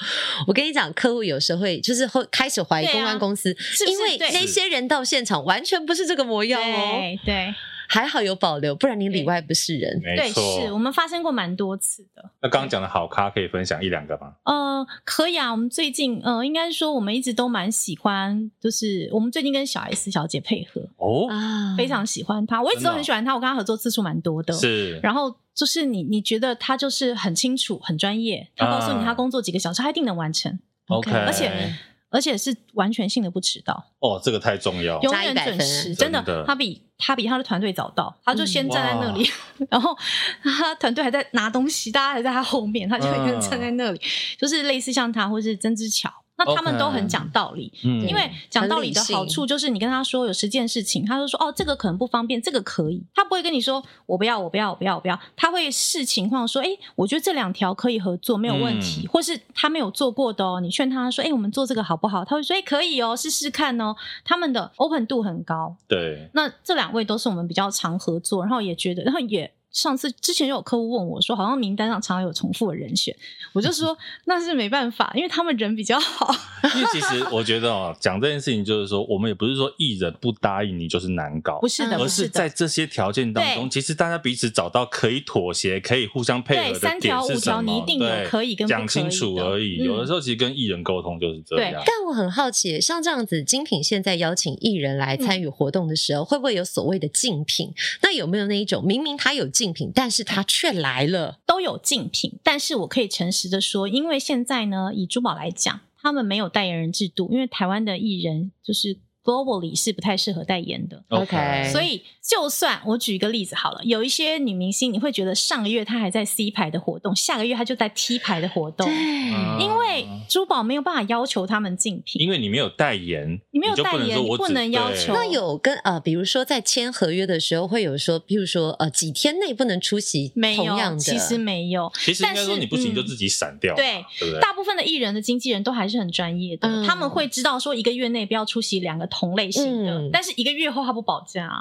Speaker 2: 我跟你讲，客户有时候会就是会开始怀疑
Speaker 3: 对啊
Speaker 2: 公关公司，
Speaker 3: 不是
Speaker 2: 因为
Speaker 3: 对
Speaker 2: 那些人到现场完全不是这个模样哦。
Speaker 3: 对对，
Speaker 2: 还好有保留，不然你里外不是人。
Speaker 1: 没
Speaker 3: 对，是我
Speaker 1: 错。
Speaker 3: 们发生过蛮多次的。
Speaker 1: 那刚刚讲的好咖可以分享一两个吗？
Speaker 3: 呃，可以啊。我们最近，呃，应该说我们一直都蛮喜欢，就是我们最近跟小 S 小姐配合，
Speaker 1: 哦，
Speaker 2: 啊，
Speaker 3: 非常喜欢她。我一直
Speaker 1: 真的哦
Speaker 3: 都很喜欢她，我跟她合作次数蛮多的。。
Speaker 1: 是，
Speaker 3: 然后就是你，你觉得她就是很清楚、很专业，她告诉你
Speaker 1: 啊
Speaker 3: 她工作几个小时，她一定能完成，
Speaker 1: OK，
Speaker 3: 而且而且是完全性的不迟到，
Speaker 1: 哦，这个太重要，
Speaker 3: 永
Speaker 2: 加
Speaker 3: 远
Speaker 2: 100
Speaker 3: 准
Speaker 2: 分
Speaker 3: 时。
Speaker 1: 真
Speaker 3: 真
Speaker 1: 的
Speaker 3: 的，她比她比她的团队早到，她就先站在那里， 然后她团队还在拿东西，大家还在她后面，她就一个人站在那里，就是类似像她或是曾之乔，那他们都很讲道理。
Speaker 1: 嗯
Speaker 3: 因为讲道理的好处就是，你跟他说有十件事情，他就说哦，这个可能不方便，这个可以。他不会跟你说我不要，我不要，我不要，我不要。他会视情况说，哎，我觉得这两条可以合作，没有问题。
Speaker 1: 嗯
Speaker 3: 或是他没有做过的哦，你劝他说，哎，我们做这个好不好？他会说，哎，可以哦，试试看哦。他们的 open 度很高。
Speaker 1: 对，
Speaker 3: 那这两位都是我们比较常合作，然后也觉得，然后也。上次之前有客户问我说，好像名单上常常有重复的人选，我就 说那是没办法，因为他们人比较好。
Speaker 1: 因为其实我觉得哦，讲这件事情就是说，我们也不是说艺人不答应你就是难搞
Speaker 3: 不，是的，
Speaker 2: 嗯
Speaker 1: 而
Speaker 3: 不
Speaker 1: 是
Speaker 3: 是
Speaker 1: 在
Speaker 3: 的。
Speaker 1: 这些条件当中，
Speaker 3: 对
Speaker 1: 其实大家彼此找到可以妥协、可以互相配
Speaker 3: 对
Speaker 1: 合的
Speaker 3: 三
Speaker 1: 点
Speaker 3: 条
Speaker 1: 是
Speaker 3: 五
Speaker 1: 什
Speaker 3: 条
Speaker 1: 么？
Speaker 3: 你一定有
Speaker 1: 对
Speaker 3: 可以跟不
Speaker 1: 讲清
Speaker 3: 可以
Speaker 1: 楚
Speaker 3: 的
Speaker 1: 而已。有的
Speaker 3: 嗯
Speaker 1: 时候其实跟艺人沟通就是这
Speaker 3: 对
Speaker 1: 样。
Speaker 2: 但我很好奇，像这样子精品现在邀请艺人来
Speaker 3: 嗯
Speaker 2: 参与活动的时候，会不会有所谓的竞品？那有没有那一种明明他有竞品，但是他却来了？
Speaker 3: 都有竞品，但是我可以诚实的说，因为现在呢，以珠宝来讲，他们没有代言人制度，因为台湾的艺人就是 globally 是不太适合代言的。
Speaker 2: OK
Speaker 3: 所以，就算我举一个例子好了，有一些女明星，你会觉得上个月她还在 C 排的活动，下个月她就在 T 排的活动，
Speaker 1: 嗯
Speaker 3: 因为珠宝没有办法要求他们竞品。
Speaker 1: 因为你没有代言，
Speaker 3: 你没有
Speaker 1: 就不能
Speaker 3: 代言
Speaker 1: 说我
Speaker 3: 你不
Speaker 1: 只
Speaker 3: 能要
Speaker 1: 对
Speaker 3: 求
Speaker 2: 那有跟呃，比如说在签合约的时候，会有说，譬如说呃，几天内不能出席
Speaker 3: 没
Speaker 2: 同样
Speaker 3: 有，
Speaker 2: 的，
Speaker 3: 其实没有。
Speaker 1: 其实应该
Speaker 3: 但
Speaker 1: 说
Speaker 3: 是
Speaker 1: 你不行
Speaker 3: 嗯
Speaker 1: 就自己闪掉嘛，
Speaker 3: 对
Speaker 1: 对不对？
Speaker 3: 大部分的艺人的经纪人都还是很专业的，
Speaker 2: 嗯
Speaker 3: 他们会知道说一个月内不要出席两个同类型的，
Speaker 2: 嗯
Speaker 3: 但是一个月后他不保证啊。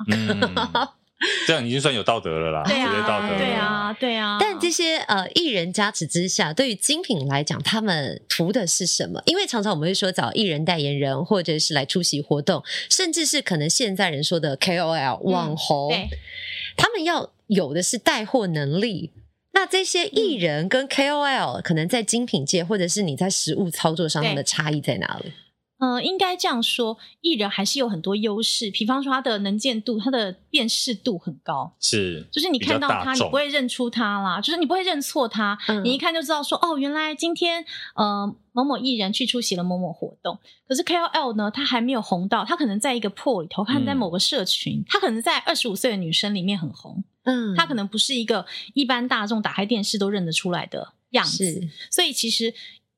Speaker 1: 嗯，这样已经算有道德了 啦，
Speaker 3: 对
Speaker 1: 绝对道德
Speaker 3: 啊，
Speaker 1: 了
Speaker 3: 对啊，对啊。
Speaker 2: 但这些呃艺人加持之下，对于精品来讲，他们图的是什么？因为常常我们会说找艺人代言人，或者是来出席活动，甚至是可能现在人说的 KOL 网红，
Speaker 3: 嗯对
Speaker 2: 他们要有的是带货能力。那这些艺人跟 KOL 可能在精品界，或者是你在实物操作上，
Speaker 3: 对
Speaker 2: 他们的差异在哪里？
Speaker 3: 呃，应该这样说，艺人还是有很多优势，比方说他的能见度、他的辨识度很高。
Speaker 1: 是
Speaker 3: 就是你看到
Speaker 1: 比较大
Speaker 3: 他，你
Speaker 1: 众
Speaker 3: 不会认出他啦，就是你不会认错他，
Speaker 2: 嗯
Speaker 3: 你一看就知道说，哦，原来今天呃某某艺人去出席了某某活动，可是 KOL 呢，他还没有红到，他可能在一个破里头，他可能在
Speaker 1: 嗯
Speaker 3: 某个社群，他可能在二十五岁的女生里面很红，
Speaker 2: 嗯，
Speaker 3: 他可能不是一个一般大众打开电视都认得出来的样子，
Speaker 2: 是
Speaker 3: 所以其实。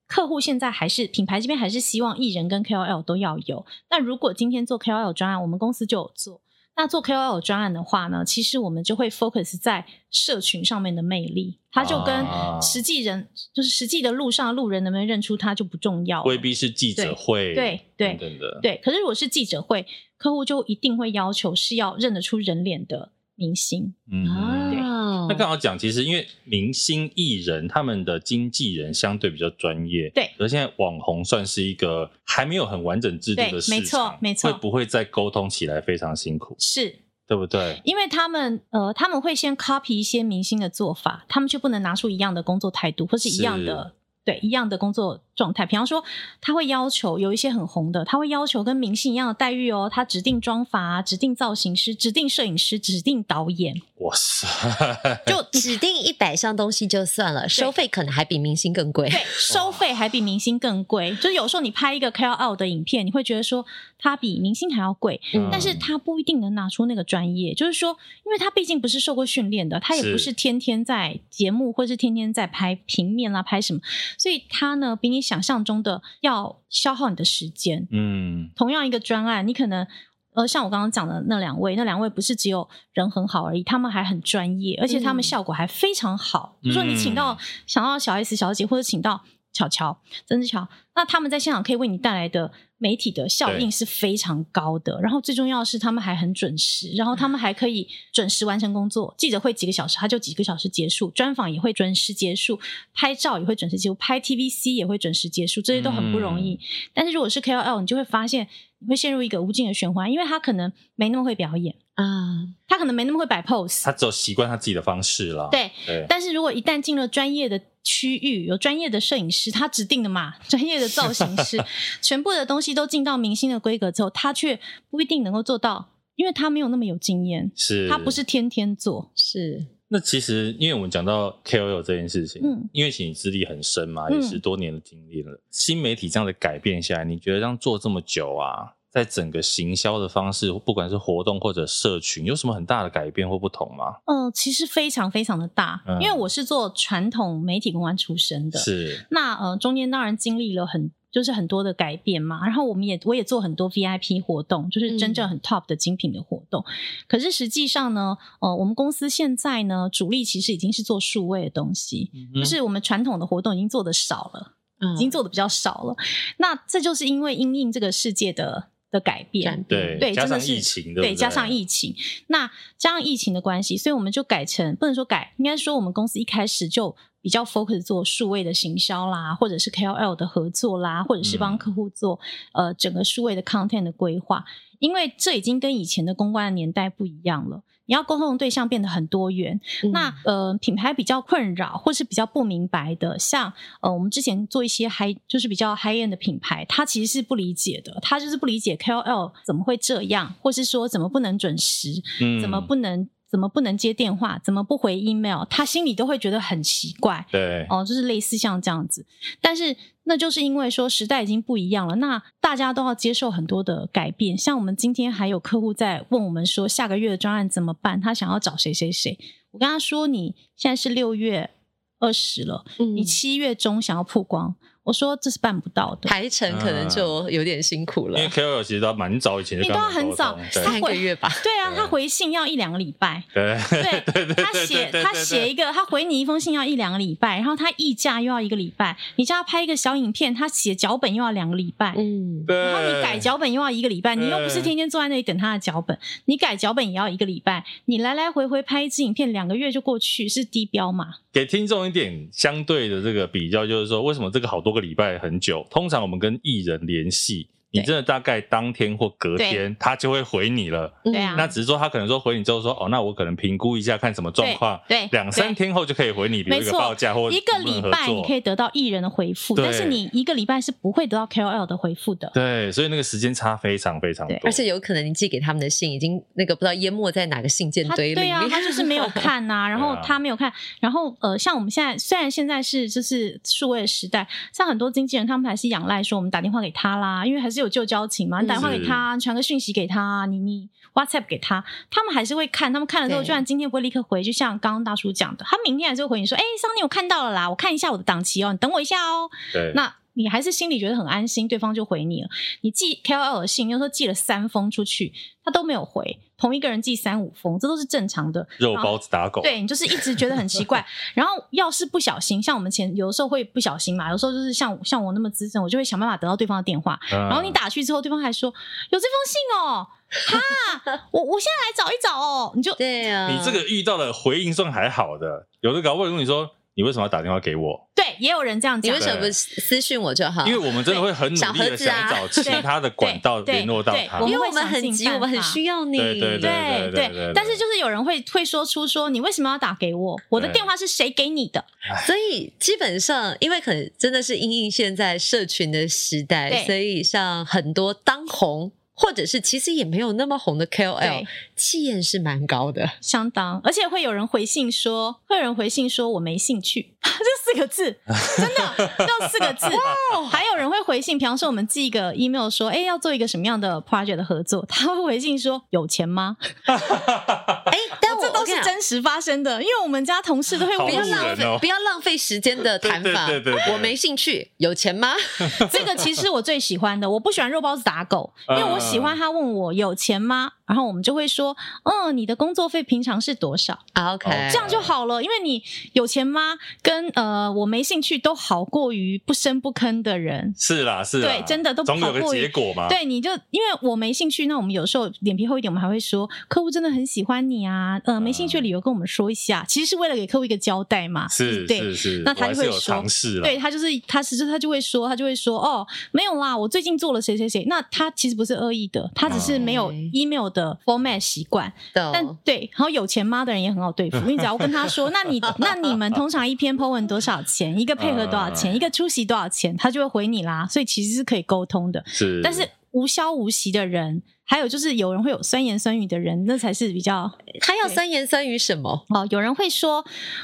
Speaker 3: 客户现在还是品牌这边还是希望艺人跟 KOL 都要有。那如果今天做 KOL 专案，我们公司就有做。那做 KOL 专案的话呢，其实我们就会 focus 在社群上面的魅力，它就跟
Speaker 1: 啊
Speaker 3: 实际人、就是实际的路上路人能不能认出他就不重要了。
Speaker 1: 未必是记者会，
Speaker 3: 对对
Speaker 1: 等等的，
Speaker 3: 对，可是如果是记者会，客户就一定会要求是要认得出人脸的明星。
Speaker 1: 嗯。
Speaker 2: 啊
Speaker 1: 那刚好讲，其实因为明星艺人他们的经纪人相对比较专业，
Speaker 3: 对
Speaker 1: 而现在网红算是一个还没有很完整制度的
Speaker 3: 对
Speaker 1: 市
Speaker 3: 没错
Speaker 1: 场，
Speaker 3: 没错
Speaker 1: 会不会在沟通起来非常辛苦，
Speaker 3: 是，
Speaker 1: 对不对？
Speaker 3: 因为他们呃，他们会先 copy 一些明星的做法，他们就不能拿出一样的工作态度或是一样的对一样的工作状态。比方说，他会要求有一些很红的，他会要求跟明星一样的待遇哦，他指定妆发、啊、指定造型师、指定摄影师、指定导演，
Speaker 1: 哇塞，
Speaker 3: 就
Speaker 2: 指定一百项东西就算了，收费可能还比明星更贵。
Speaker 3: 对，收费还比明星更贵。就是有时候你拍一个 KOL 的影片，你会觉得说它比明星还要贵，
Speaker 1: 嗯
Speaker 3: 但是他不一定能拿出那个专业。就是说，因为他毕竟不是受过训练的，他也
Speaker 1: 是
Speaker 3: 不是天天在节目或是天天在拍平面啦、拍什么，所以他呢比你想象中的要消耗你的时间。
Speaker 1: 嗯，
Speaker 3: 同样一个专案，你可能。呃，像我刚刚讲的那两位，那两位不是只有人很好而已，他们还很专业，而且他们
Speaker 2: 嗯
Speaker 3: 效果还非常好。就说你请到
Speaker 1: 嗯
Speaker 3: 想到小 S 小姐，或者请到巧巧、曾志乔，那他们在现场可以为你带来的媒体的效应是非常高的。然后最重要的是，他们还很准时，然后他们还可以准时完成工作。记者会几个小时，他就几个小时结束；专访也会准时结束，拍照也会准时结束，拍 TVC 也会准时结束，这些都很不容易。
Speaker 1: 嗯
Speaker 3: 但是如果是 KOL，你就会发现你会陷入一个无尽的循环，因为他可能没那么会表演，
Speaker 2: 啊，
Speaker 3: 他可能没那么会摆 pose，
Speaker 1: 他只有习惯他自己的方式啦。
Speaker 3: 对，
Speaker 1: 对，
Speaker 3: 但是如果一旦进了专业的区域，有专业的摄影师，他指定的嘛， 专业的造型 师，全部的东西都进到明星的规格之后，他却不一定能够做到，因为他没有那么有经验，
Speaker 1: 是
Speaker 3: 他不是天天做。
Speaker 2: 是
Speaker 1: 那其实，因为我们讲到 KOL 这件事情，
Speaker 3: 嗯
Speaker 1: 因为其实你资历很深嘛，也
Speaker 3: 嗯
Speaker 1: 十多年的经历了，新媒体这样的改变下来，你觉得这样做这么久啊，在整个行销的方式，不管是活动或者社群，有什么很大的改变或不同吗？
Speaker 3: 嗯、其实非常非常的大，
Speaker 1: 嗯
Speaker 3: 因为我是做传统媒体公关出身的，
Speaker 1: 是，
Speaker 3: 那呃，中间当然经历了很就是很多的改变嘛，然后我们也我也做很多 VIP 活动，就是真正很 top 的精品的活动。可是实际上呢，呃，我们公司现在呢主力其实已经是做数位的东西，
Speaker 1: 就
Speaker 3: 就是我们传统的活动已经做的少了，
Speaker 2: 嗯
Speaker 3: 已经做的比较少了。那这就是因为因应这个世界的的改变，
Speaker 1: 对
Speaker 3: 对
Speaker 1: 加
Speaker 3: 真的
Speaker 1: 上
Speaker 3: 是
Speaker 1: 疫情，不
Speaker 3: 对，加上
Speaker 1: 情，
Speaker 3: 疫情，那加上疫情的关系，所以我们就改成不能说改，应该说我们公司一开始就比较 focus 做数位的行销啦，或者是 KOL 的合作啦，或者是帮
Speaker 1: 嗯
Speaker 3: 客户做、呃整个数位的 content 的规划，因为这已经跟以前的公关的年代不一样了。你要沟通的对象变得很多元，
Speaker 2: 嗯
Speaker 3: 那呃品牌比较困扰或是比较不明白的，像呃我们之前做一些 high 就是比较 high end 的品牌，它其实是不理解的，它就是不理解 KOL 怎么会这样，或是说怎么不能准时，
Speaker 1: 嗯
Speaker 3: 怎么不能怎么不能接电话，怎么不回 email，他心里都会觉得很奇怪。
Speaker 1: 对？
Speaker 3: 哦，就是类似像这样子，但是那就是因为说时代已经不一样了，那大家都要接受很多的改变。像我们今天还有客户在问我们说，下个月的专案怎么办？他想要找谁谁谁。我跟他说，你现在是六月二十了，你
Speaker 2: 你
Speaker 3: 七月中想要曝光，我说这是办不到 的。啊
Speaker 2: 排程可能就有点辛苦了
Speaker 1: 因为，KOL 其实都蛮早以前就
Speaker 3: 你
Speaker 1: 跟他
Speaker 3: 都要
Speaker 1: 们
Speaker 3: 很早
Speaker 1: 沟通
Speaker 3: 他
Speaker 2: 三个月吧，
Speaker 3: 对啊，
Speaker 1: 对
Speaker 3: 他回信要一两个礼拜。
Speaker 1: 对
Speaker 3: 对
Speaker 1: 对对对，
Speaker 3: 他写
Speaker 1: 对
Speaker 3: 他写一个，他回你一封信要一两个礼拜，然后他议价又要一个礼拜，你叫他拍一个小影片，他写脚本又要两个礼拜，
Speaker 2: 嗯，
Speaker 1: 对，
Speaker 3: 然后你改脚本又要一个礼拜，你又不是天天坐在那里等他的脚本，你改脚本也要一个礼拜，你来来回回拍一支影片，两个月就过去，是低标嘛？
Speaker 1: 给听众一点相对的这个比较，就是说为什么这个好多个礼拜很久？通常我们跟艺人联系，你
Speaker 3: 对
Speaker 1: 真的大概当天或隔天他就会回你了。
Speaker 3: 对啊
Speaker 2: 嗯
Speaker 1: 那只是说他可能说回你之后说哦，那我可能评估一下看什么状况，
Speaker 3: 对对
Speaker 1: 两三
Speaker 3: 对
Speaker 1: 天后就可以回你，比如
Speaker 3: 没
Speaker 1: 一个
Speaker 3: 错
Speaker 1: 报价或
Speaker 3: 一个礼拜你可
Speaker 1: 以
Speaker 3: 以得到艺人的回复，
Speaker 1: 对
Speaker 3: 但是你一个礼拜是不会得到 KOL 的回复的。
Speaker 1: 对，所以那个时间差非常非常多
Speaker 3: 对，
Speaker 2: 而且有可能你寄给他们的信已经那个不知道淹没在哪个信件
Speaker 3: 他
Speaker 2: 堆里
Speaker 3: 对
Speaker 2: 面，
Speaker 3: 啊，他就是 没有看呐、然后
Speaker 1: 对啊
Speaker 3: 他没有看，然后呃，像我们现在虽然现在是就是数位的时代，像很多经纪人他们还是仰赖说我们打电话给他啦，因为还是有旧交情
Speaker 2: 嗯
Speaker 3: 嘛，你打电话给他，你传个讯息给他，你你 WhatsApp 给他，他们还是会看，他们看了之后，
Speaker 2: 对
Speaker 3: 就算今天不会立刻回，就像刚刚大叔讲的，他明天还是会回你说，哎、桑尼我看到了啦，我看一下我的档期哦，你等我一下哦，
Speaker 1: 对，
Speaker 3: 那你还是心里觉得很安心，对方就回你了。你寄 KOL 的信，又说寄了三封出去，他都没有回，同一个人寄三五封，这都是正常的。
Speaker 1: 肉包子打狗，
Speaker 3: 对你就是一直觉得很奇 怪，然后要是不小心，像我们前有的时候会不小心嘛，有时候就是像像我那么资深，我就会想办法得到对方的电话，
Speaker 1: 嗯，
Speaker 3: 然后你打去之后，对方还说有这封信哦，哈，我我现在来找一找哦，你就
Speaker 2: 对啊，
Speaker 1: 你这个遇到了回应算还好的，有的搞不好问你说你为什么要打电话给我？
Speaker 3: 对，也有人这样
Speaker 2: 你
Speaker 3: 讲
Speaker 2: 为，什么不私讯我就好？
Speaker 3: 啊
Speaker 1: 因为我们真的会很努
Speaker 2: 小
Speaker 1: 力
Speaker 2: 盒
Speaker 1: 的
Speaker 2: 子啊
Speaker 1: 想找其他的管道
Speaker 3: 对对
Speaker 1: 联络到他
Speaker 3: 对。
Speaker 2: 因为我们很急，我
Speaker 3: 我们会想尽办法
Speaker 2: 们很需要你，
Speaker 1: 对对
Speaker 3: 对
Speaker 1: 对对
Speaker 3: 但是就是有人会会说出说你为什么要打给我？我的
Speaker 1: 对
Speaker 3: 电话是谁给你的？
Speaker 2: 所以基本上，因为可能真的是因应现在社群的时代，
Speaker 3: 对
Speaker 2: 所以像很多当红。或者是其实也没有那么红的 KOL，
Speaker 3: 对
Speaker 2: 气焰是蛮高的。
Speaker 3: 相当，而且会有人回信说，会有人回信说我没兴趣， 这四个字，真的，这四个字。
Speaker 2: 哦
Speaker 3: 还有人会回信，比方说我们寄一个 email 说，哎，要做一个 什么样的 project 的合作，他会回信说有钱吗？
Speaker 2: 哎、但我
Speaker 3: 这都
Speaker 2: 跟你
Speaker 3: 是
Speaker 2: 讲
Speaker 3: 真实发生的，因为我们家同事都会
Speaker 1: 好
Speaker 2: 不要
Speaker 3: 问
Speaker 1: 路
Speaker 3: 我。
Speaker 2: 浪
Speaker 1: 人
Speaker 2: 费，
Speaker 1: 哦
Speaker 2: 不要浪费时间的谈法。
Speaker 1: 对对对对对
Speaker 2: 我没兴趣，有钱吗？
Speaker 3: 这个其实我最喜欢的，我不喜欢肉包子打狗，因为我喜欢
Speaker 2: 嗯
Speaker 3: 他问我有钱吗，然后我们就会说，嗯，你的工作费平常是多少，
Speaker 2: 啊 OK，
Speaker 1: 哦
Speaker 3: 这样就好了，因为你有钱吗，跟呃我没兴趣都好过于不声不吭的人。
Speaker 1: 是啦是啦，
Speaker 3: 对真的都
Speaker 1: 总有个
Speaker 3: 跑过于
Speaker 1: 结果嘛。
Speaker 3: 对，你就因为我没兴趣，那我们有时候脸皮厚一点，我们还会说客户真的很喜欢你啊，呃，没兴趣的理由跟我们说一下，其实是为了给客户一个交代嘛。
Speaker 1: 是
Speaker 3: 嗯对
Speaker 1: 是是，
Speaker 3: 那他
Speaker 1: 我还
Speaker 3: 就是会
Speaker 1: 有
Speaker 3: 说
Speaker 1: 尝试了。
Speaker 3: 对他就是他实质他就会说他就会说哦没有啦，我最近做了谁谁谁。那他其实不是恶意的，他只是没
Speaker 1: 哦
Speaker 3: 有
Speaker 2: 嗯
Speaker 3: email 的 format 习惯。但
Speaker 2: 懂。
Speaker 3: 对，然后有钱妈的人也很好对付，因为只要跟他说，那你那你们通常一篇 po 文多少钱，一个配合多少钱，一个出席多少钱，他就会回你啦。所以其实是可以沟通的，
Speaker 1: 是，
Speaker 3: 但是。无消无息的人，还有就是有人会有酸言酸语的人，那才是比较
Speaker 2: 他要三言三语什么？
Speaker 3: 哦。有人会说，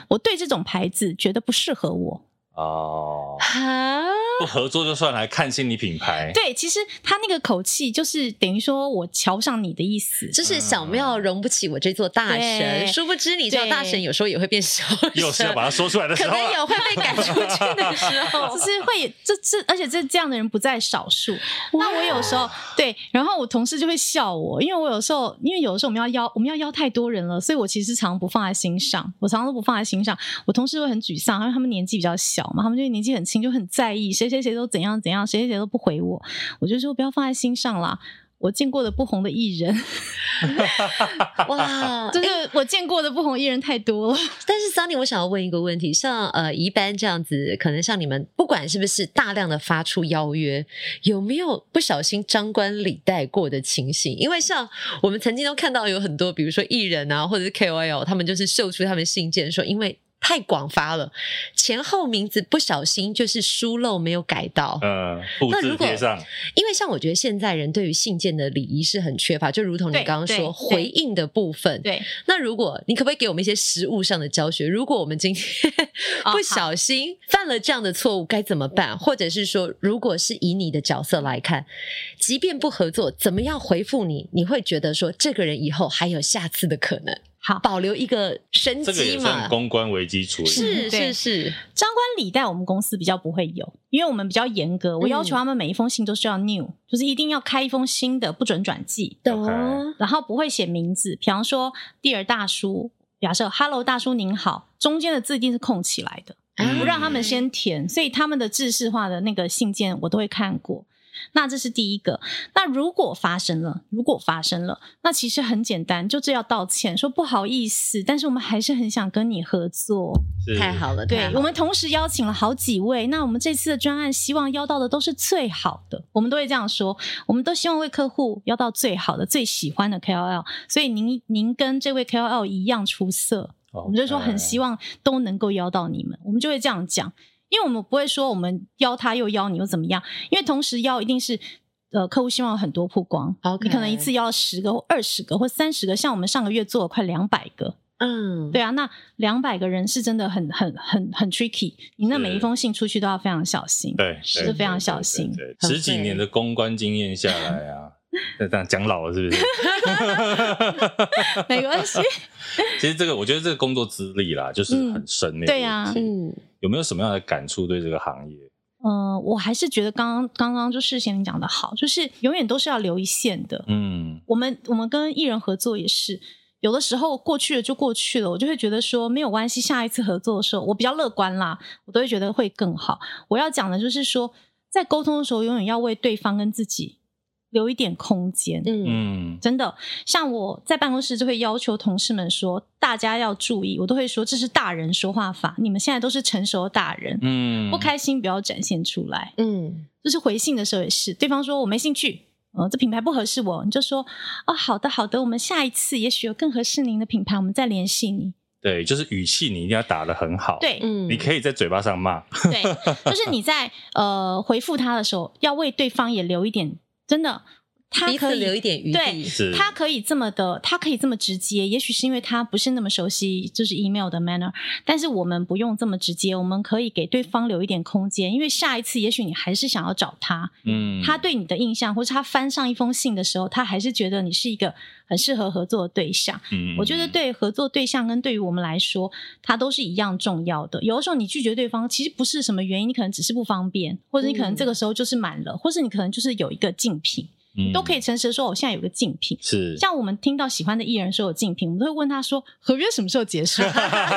Speaker 3: 我对这种牌子觉得不适合我，
Speaker 1: 哦，
Speaker 2: 啊，
Speaker 1: 不合作就算了，还看清你品牌。
Speaker 3: 对，其实他那个口气就是等于说我瞧不上你的意思。
Speaker 2: 就是小庙容不起我这座大神，
Speaker 3: 对
Speaker 2: 殊不知你知道
Speaker 3: 对
Speaker 2: 大神有时候也会变小
Speaker 1: 又是要
Speaker 2: 神，
Speaker 1: 把它说出来的时
Speaker 2: 可
Speaker 1: 候啊
Speaker 2: 能
Speaker 1: 了。
Speaker 2: 有会被赶出去的时候
Speaker 3: 就。是会，这这，而且这这样的人不在少数。那我有时候对，然后我同事就会笑我，因为我有时候，因为有的时候我们要邀，我们要邀太多人了，所以我其实常常不放在心上，我常常都不放在心上。我同事会很沮丧，因为他们年纪比较小嘛，他们就年纪很轻，就很在意谁谁谁都怎样怎样，谁谁谁都不回我，我就说不要放在心上啦。我见过的不红的艺人，
Speaker 2: 哇，
Speaker 3: 就是我见过的不红艺人太多了。
Speaker 2: 但是 Sunny，我想要问一个问题，像呃，一般这样子，可能像你们，不管是不是大量的发出邀约，有没有不小心张冠李戴过的情形？因为像我们曾经都看到有很多，比如说艺人啊，或者是 KOL，他们就是秀出他们信件说，因为太广发了，前后名字不小心就是疏漏没有改到。
Speaker 1: 嗯，复
Speaker 2: 那
Speaker 1: 制
Speaker 2: 如果
Speaker 1: 贴上，
Speaker 2: 因为像我觉得现在人对于信件的礼仪是很缺乏，就如同你
Speaker 3: 对
Speaker 2: 刚刚
Speaker 3: 对
Speaker 2: 说
Speaker 3: 对
Speaker 2: 回应的部分，
Speaker 3: 对，
Speaker 2: 那如果你可不可以给我们一些实物上的教学？如果我们今天
Speaker 3: 哦
Speaker 2: 不小心犯了这样的错误，该怎么办？或者是说，如果是以你的角色来看，即便不合作，怎么样回复你？你会觉得说，这个人以后还有下次的可能，
Speaker 3: 好，
Speaker 2: 保留一个生
Speaker 1: 这个
Speaker 2: 机
Speaker 1: 也算
Speaker 2: 嘛？
Speaker 1: 公关危机处理。
Speaker 2: 是
Speaker 3: 嗯
Speaker 2: 是
Speaker 3: 对
Speaker 2: 是，
Speaker 3: 张冠李戴，我们公司比较不会有，因为我们比较严格，我要求他们每一封信都是要 new，、就是一定要开一封新的，哦不准转寄，
Speaker 2: 懂
Speaker 1: OK
Speaker 3: 然后不会写名字，比方说 dear 大叔，假设 hello 大叔您好，中间的字一定是空起来的，
Speaker 1: 嗯
Speaker 3: 不让哎他们先填，所以他们的制式化的那个信件我都会看过。那这是第一个。那如果发生了，如果发生了，那其实很简单，就是要道歉，说不好意思，但是我们还是很想跟你合作。
Speaker 1: 是
Speaker 2: 太好了，太
Speaker 3: 对
Speaker 2: 好，了
Speaker 3: 我们同时邀请了好几位。那我们这次的专案，希望邀到的都是最好的，我们都会这样说，我们都希望为客户邀到最好的、最喜欢的 KOL。所以您您跟这位 KOL 一样出色，
Speaker 1: 我
Speaker 3: 我们就说很希望都能够邀到你们，我们就会这样讲，因为我们不会说我们邀他又邀你又怎么样，因为同时邀一定是。呃，客户希望有很多曝光
Speaker 2: OK
Speaker 3: 你可能一次邀十个或二十个或三十个，像我们上个月做了快两百个，
Speaker 2: 嗯，
Speaker 3: 对啊，那两百个人是真的很很很很 tricky，你那
Speaker 1: 是
Speaker 3: 每一封信出去都要非常小心。
Speaker 1: 对，
Speaker 3: 是
Speaker 1: 对
Speaker 3: 非常
Speaker 1: 对
Speaker 3: 小
Speaker 1: 对
Speaker 3: 心
Speaker 1: 对
Speaker 2: 很
Speaker 1: 十几
Speaker 2: 会
Speaker 1: 年的公关经验下来啊，那这样讲老了是 不是？
Speaker 3: 没 关系。
Speaker 1: 其实这个，我觉得这个工作资历啦，就是很深欸的、
Speaker 3: 嗯对啊
Speaker 2: 嗯，
Speaker 1: 有没有什么样的感触对这个行业？
Speaker 3: 嗯、我还是觉得刚刚刚刚就是贤明讲的好，就是永远都是要留一线的。
Speaker 1: 嗯，
Speaker 3: 我们我们跟艺人合作也是，有的时候过去了就过去了，我就会觉得说没有关系，下一次合作的时候我比较乐观啦，我都会觉得会更好。我要讲的就是说，在沟通的时候，永远要为对方跟自己留一点空间。
Speaker 2: 嗯
Speaker 1: 嗯，
Speaker 3: 真的，像我在办公室就会要求同事们说，大家要注意，我都会说这是大人说话法，你们现在都是成熟的大人，
Speaker 1: 嗯，
Speaker 3: 不开心不要展现出来。
Speaker 2: 嗯，
Speaker 3: 就是回信的时候也是，对方说我没兴趣，呃，这品牌不合适我，你就说哦，好的好的，我们下一次也许有更合适您的品牌，我们再联系你。
Speaker 1: 对，就是语气你一定要打得很好。，
Speaker 3: 对，嗯
Speaker 2: 嗯，
Speaker 1: 你可以在嘴巴上骂，
Speaker 3: 对，就是你在呃回复他的时候，要为对方也留一点，真的。他
Speaker 2: 彼
Speaker 3: 可
Speaker 2: 此
Speaker 3: 以
Speaker 2: 留一点余
Speaker 3: 对
Speaker 2: 地。
Speaker 1: 是
Speaker 3: 他可以这么的，他可以这么直接，也许是因为他不是那么熟悉就是 email 的 manner，但是我们不用这么直接，我们可以给对方留一点空间，因为下一次也许你还是想要找他，
Speaker 1: 嗯，
Speaker 3: 他对你的印象，或是他翻上一封信的时候，他还是觉得你是一个很适合合作的对象。
Speaker 1: 嗯，
Speaker 3: 我觉得对合作对象跟对于我们来说，它都是一样重要的。有的时候你拒绝对方，其实不是什么原因，你可能只是不方便，或者你可能这个时候就是满了，或是你可能就是有一个竞品，
Speaker 1: 嗯
Speaker 3: 都可以诚实地说，哦我现在有个竞品。
Speaker 1: 是，
Speaker 3: 像我们听到喜欢的艺人说有竞品，我们都会问他说合约什么时候结束，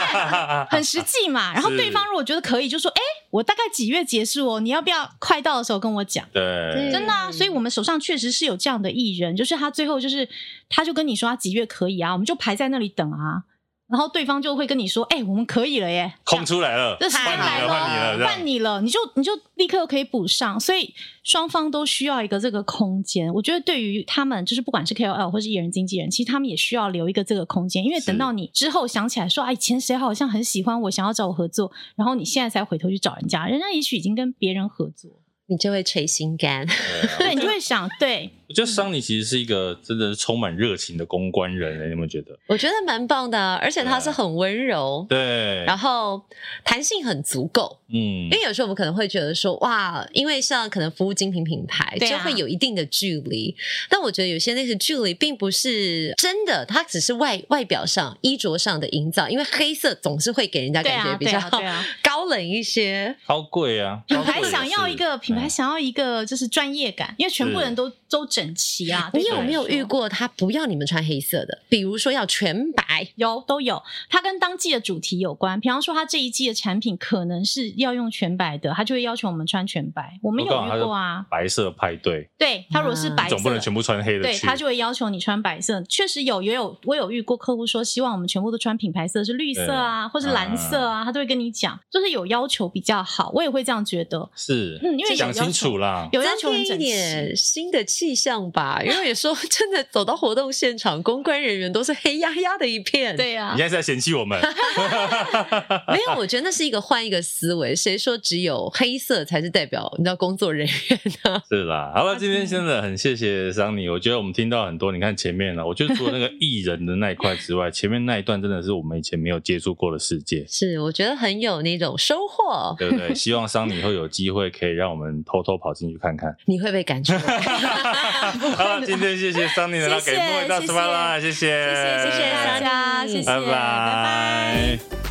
Speaker 3: 很实际嘛。然后
Speaker 1: 是
Speaker 3: 对方如果觉得可以，就说：“哎，我大概几月结束哦？你要不要快到的时候跟我讲？”
Speaker 1: 对，
Speaker 3: 真的啊，所以我们手上确实是有这样的艺人，就是他最后就是他就跟你说他几月可以啊，我们就排在那里等啊，然后对方就会跟你说，哎、我们可以了耶，
Speaker 1: 空出来 了，
Speaker 3: 这时间
Speaker 1: 换你
Speaker 3: 来
Speaker 1: 了，换你了，
Speaker 3: 了，
Speaker 1: 这样
Speaker 3: 换你了，你就你就立刻可以补上，所以双方都需要一个这个空间。我觉得对于他们，就是不管是 KOL 或是艺人经纪人，其实他们也需要留一个这个空间，因为
Speaker 1: 是
Speaker 3: 等到你之后想起来说，哎，以前谁好像很喜欢我，想要找我合作，然后你现在才回头去找人家，人家也许已经跟别人合 作，
Speaker 2: 你就会捶心肝。
Speaker 1: 对啊
Speaker 3: 对你就会想，对。
Speaker 1: 我觉得桑尼其实是一个真的是充满热情的公关人，欸你有没有觉得？
Speaker 2: 我觉得蛮棒的啊、而且他是很温柔，
Speaker 1: 对，
Speaker 2: 然后弹性很足够。
Speaker 1: 嗯
Speaker 2: 因，为有时候我们可能会觉得说，哇，因为像可能服务精品品牌
Speaker 3: 对
Speaker 2: 就
Speaker 3: 啊
Speaker 2: 会有一定的距离，但我觉得有些那些距离并不是真的，它只是外外表上、衣着上的营造，因为黑色总是会给人家感觉比较
Speaker 3: 对啊对啊对啊
Speaker 2: 高冷一些。
Speaker 1: 高贵啊，
Speaker 3: 品
Speaker 1: 高
Speaker 3: 牌
Speaker 1: 贵也
Speaker 3: 想要
Speaker 1: 是
Speaker 3: 一个品牌，
Speaker 1: 嗯
Speaker 3: 想要一个就是专业感，因为全部
Speaker 1: 是
Speaker 3: 人都都整齐啊。
Speaker 2: 你
Speaker 3: 对
Speaker 2: 有没有遇？
Speaker 3: 对
Speaker 2: 过他不要你们穿黑色的，比如说要全白？
Speaker 3: 有都有，它跟当季的主题有关。比方说，它这一季的产品可能是要用全白的，它就会要求我们穿全白。我们有
Speaker 1: 我刚好
Speaker 3: 遇过啊，
Speaker 1: 白色派对，
Speaker 3: 对，它如果是白色
Speaker 1: 总不能
Speaker 3: 的，
Speaker 1: 全部穿黑的
Speaker 3: 对，
Speaker 1: 去，
Speaker 3: 它就会要求你穿白色。确实有，也有我有遇过客户说，希望我们全部都穿品牌色，是绿色啊，或是蓝色啊，他都会跟你讲，就是有要求比较好。我也会这样觉得，
Speaker 1: 是，
Speaker 3: 嗯因为有
Speaker 1: 讲
Speaker 3: 要求
Speaker 1: 清楚啦，
Speaker 3: 有要
Speaker 2: 增
Speaker 3: 求
Speaker 2: 添
Speaker 3: 很
Speaker 2: 一
Speaker 3: 整齐。
Speaker 2: 点新的气象 吧，因为有时候真的走到活动现场，公关人员都是黑压压的一片。
Speaker 3: 对啊
Speaker 1: 你现，在是在嫌弃我 们，
Speaker 2: 没有，我觉得那是一个换一个思维。谁说只有黑色才是代表你知道工作人员呢？
Speaker 1: 是啦，好了，今
Speaker 3: 嗯
Speaker 1: 天真的很谢谢桑尼。我觉得我们听到很多，你看前面了，啊我觉得除了那 个艺人的那一块之外，前面那一段真的是我们以前没有接触过的世界，
Speaker 2: 是，我觉得很有那种收获。
Speaker 1: 对不 对？希望桑尼以后有机会可以让我们偷偷跑进去看看。
Speaker 2: 你会被赶出 来。
Speaker 1: 好了，今天谢谢桑尼来到给
Speaker 3: 谢谢
Speaker 1: 莫到
Speaker 3: 谢
Speaker 1: 斯
Speaker 3: 谢
Speaker 1: 巴啦，谢谢，
Speaker 3: 谢谢大家，谢谢，
Speaker 1: 拜
Speaker 3: 拜拜
Speaker 1: 拜。